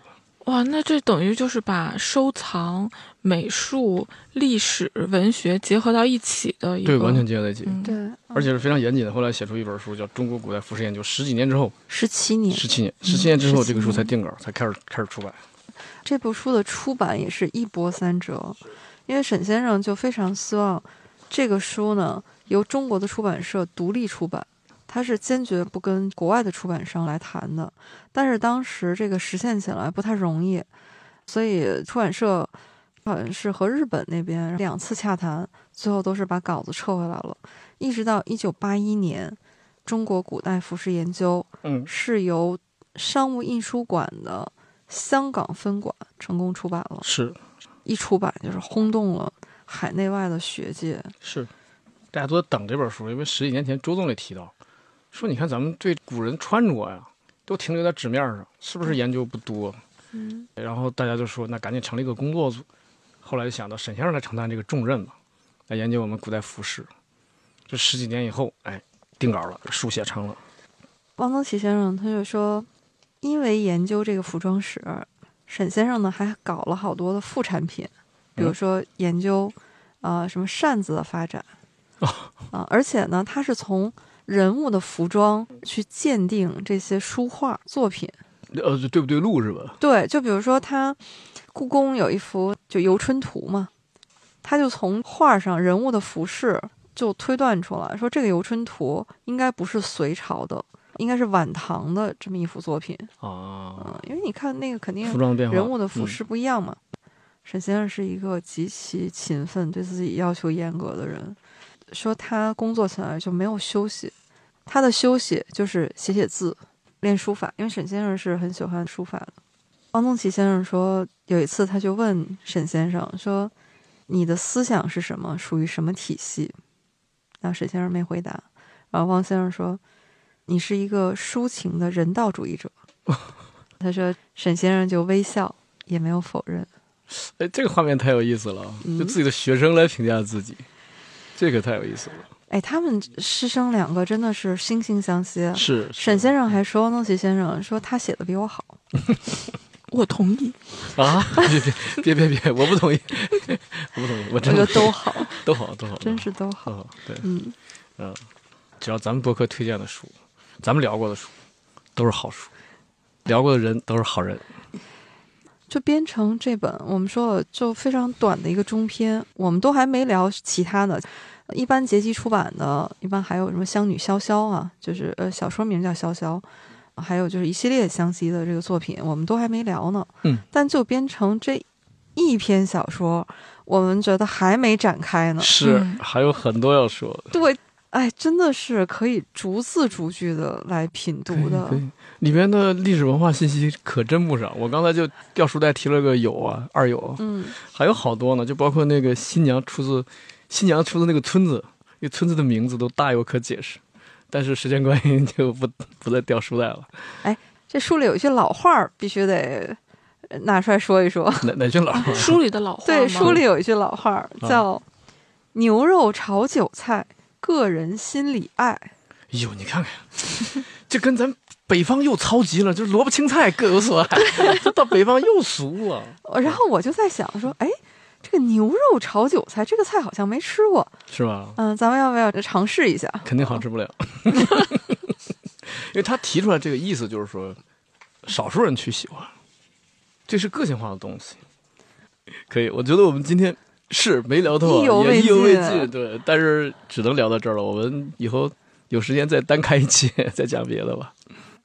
[SPEAKER 3] 哇，那这等于就是把收藏、美术、历史、文学结合到一起的一个，
[SPEAKER 2] 对，完全结合在一起。
[SPEAKER 3] 嗯，
[SPEAKER 1] 对，
[SPEAKER 2] 而且是非常严谨的。后来写出一本书叫《中国古代服饰研究》，十几年之后，
[SPEAKER 1] 十七年，
[SPEAKER 2] 十七年，嗯十七年之后，
[SPEAKER 1] 17
[SPEAKER 2] 这个书才定稿，才开始开始出版。
[SPEAKER 1] 这部书的出版也是一波三折，因为沈先生就非常希望这个书呢由中国的出版社独立出版，他是坚决不跟国外的出版商来谈的。但是当时这个实现起来不太容易，所以出版社好像是和日本那边两次洽谈，最后都是把稿子撤回来了。一直到一九八一年，中国古代服饰研究
[SPEAKER 2] 嗯，
[SPEAKER 1] 是由商务印书馆的香港分馆成功出版了，
[SPEAKER 2] 是
[SPEAKER 1] 一出版就是轰动了海内外的学界。
[SPEAKER 2] 是，大家都在等这本书，因为十几年前周总理提到，说你看咱们对古人穿着呀，都停留在纸面上，是不是研究不多？
[SPEAKER 1] 嗯，
[SPEAKER 2] 然后大家就说，那赶紧成立一个工作组。后来就想到沈先生来承担这个重任嘛，来研究我们古代服饰。就十几年以后，哎，定稿了，书写成了。
[SPEAKER 1] 汪曾祺先生他就说，因为研究这个服装史，沈先生呢还搞了好多的副产品，比如说研究啊、呃什么扇子的发展
[SPEAKER 2] 哦
[SPEAKER 1] 啊、而且呢他是从人物的服装去鉴定这些书画作品。
[SPEAKER 2] 呃，对不对路是吧？
[SPEAKER 1] 对，就比如说他故宫有一幅就《游春图》嘛，他就从画上人物的服饰就推断出来，说这个《游春图》应该不是隋朝的，应该是晚唐的这么一幅作品。
[SPEAKER 2] 啊，
[SPEAKER 1] 嗯，因为你看那个肯定
[SPEAKER 2] 服装的变化，
[SPEAKER 1] 人物的服
[SPEAKER 2] 嗯
[SPEAKER 1] 饰不一样嘛。沈先生是一个极其勤奋、对自己要求严格的人，说他工作起来就没有休息，他的休息就是写写字、练书法，因为沈先生是很喜欢书法的。汪曾祺先生说，有一次他就问沈先生说：“你的思想是什么？属于什么体系？”然后沈先生没回答。然后汪先生说：“你是一个抒情的人道主义者。”他说，沈先生就微笑，也没有否认。
[SPEAKER 2] 哎，这个画面太有意思了，
[SPEAKER 1] 嗯
[SPEAKER 2] 就自己的学生来评价自己，这个太有意思了。
[SPEAKER 1] 哎，他们师生两个真的是惺惺相惜。啊
[SPEAKER 2] 是嗯
[SPEAKER 1] 沈先生还说汪曾祺先生说他写的比我好。
[SPEAKER 3] 我同意。
[SPEAKER 2] 生啊， 别别别别别，我不同意， 我不同意，我
[SPEAKER 1] 这
[SPEAKER 2] 真
[SPEAKER 1] 个
[SPEAKER 2] 的
[SPEAKER 1] 都好，
[SPEAKER 2] 都好都好，
[SPEAKER 1] 真是都好。
[SPEAKER 2] 都好。对，
[SPEAKER 1] 嗯，
[SPEAKER 2] 嗯，只要咱们博客推荐的书，咱们聊过的书，都是好书。聊过的人都是好人。
[SPEAKER 1] 就编成这本，我们说了就非常短的一个中篇，我们都还没聊其他的。一般结集出版的，一般还有什么《湘女潇潇》啊，就是呃小说名叫《潇潇》，还有就是一系列相集的这个作品，我们都还没聊呢。
[SPEAKER 2] 嗯，
[SPEAKER 1] 但就编成这一篇小说，我们觉得还没展开呢。
[SPEAKER 2] 是
[SPEAKER 3] 嗯，
[SPEAKER 2] 还有很多要说。
[SPEAKER 1] 对，哎，真的是可以逐字逐句的来品读的。
[SPEAKER 2] 对，里面的历史文化信息可真不少。我刚才就掉书袋提了个友啊，二友，
[SPEAKER 1] 嗯，
[SPEAKER 2] 还有好多呢，就包括那个新娘出自新娘出自那个村子，那村子的名字都大有可解释。但是时间关系就不不再掉书袋了。
[SPEAKER 1] 这书里有一句老话儿，必须得呃拿出来说一说。
[SPEAKER 2] 哪哪句老话？
[SPEAKER 3] 书里的老话
[SPEAKER 1] 对，
[SPEAKER 2] 嗯
[SPEAKER 3] 吗
[SPEAKER 1] 书里有一句老话儿
[SPEAKER 2] 啊
[SPEAKER 1] 叫“牛肉炒韭菜，个人心里爱
[SPEAKER 2] 哎呦，你看看，这跟咱北方又超级了，就是萝卜青菜各有所爱，这到北方又俗了。”。
[SPEAKER 1] 呃然后我就在想说，哎，这个牛肉炒韭菜这个菜好像没吃过，
[SPEAKER 2] 是吧？
[SPEAKER 1] 嗯、咱们要不要尝试一下？
[SPEAKER 2] 肯定好吃 不了，因为他提出来这个意思就是说，少数人去喜欢，这是个性化的东西。可以，我觉得我们今天是没聊透、啊，
[SPEAKER 1] 意犹未
[SPEAKER 2] 也意犹未
[SPEAKER 1] 尽
[SPEAKER 2] 尽。对，但是只能聊到这儿了。我们以后有时间再单开一期， 再讲别的吧。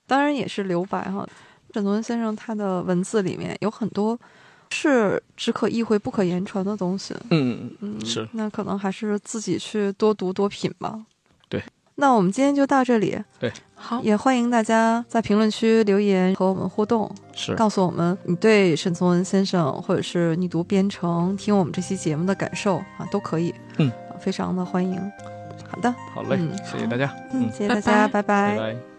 [SPEAKER 1] 当然也是留白哈。沈从文先生他的文字里面有很多是只可意会不可言传的东西，
[SPEAKER 2] 嗯，
[SPEAKER 1] 嗯，
[SPEAKER 2] 是
[SPEAKER 1] 那可能还是自己去多读多品吧。
[SPEAKER 2] 对，
[SPEAKER 1] 那我们今天就到这里，
[SPEAKER 3] 好，
[SPEAKER 1] 也欢迎大家在评论区留言和我们互动，
[SPEAKER 2] 是，
[SPEAKER 1] 告诉我们你对沈从文先生或者是你读编程听我们这期节目的感受啊，都可以，
[SPEAKER 2] 嗯
[SPEAKER 1] 啊，非常的欢迎。好的，
[SPEAKER 2] 好嘞，
[SPEAKER 1] 嗯
[SPEAKER 2] 谢谢大家，
[SPEAKER 1] 嗯，
[SPEAKER 2] 嗯
[SPEAKER 1] 谢谢大家，
[SPEAKER 3] 拜
[SPEAKER 1] 拜
[SPEAKER 2] 拜拜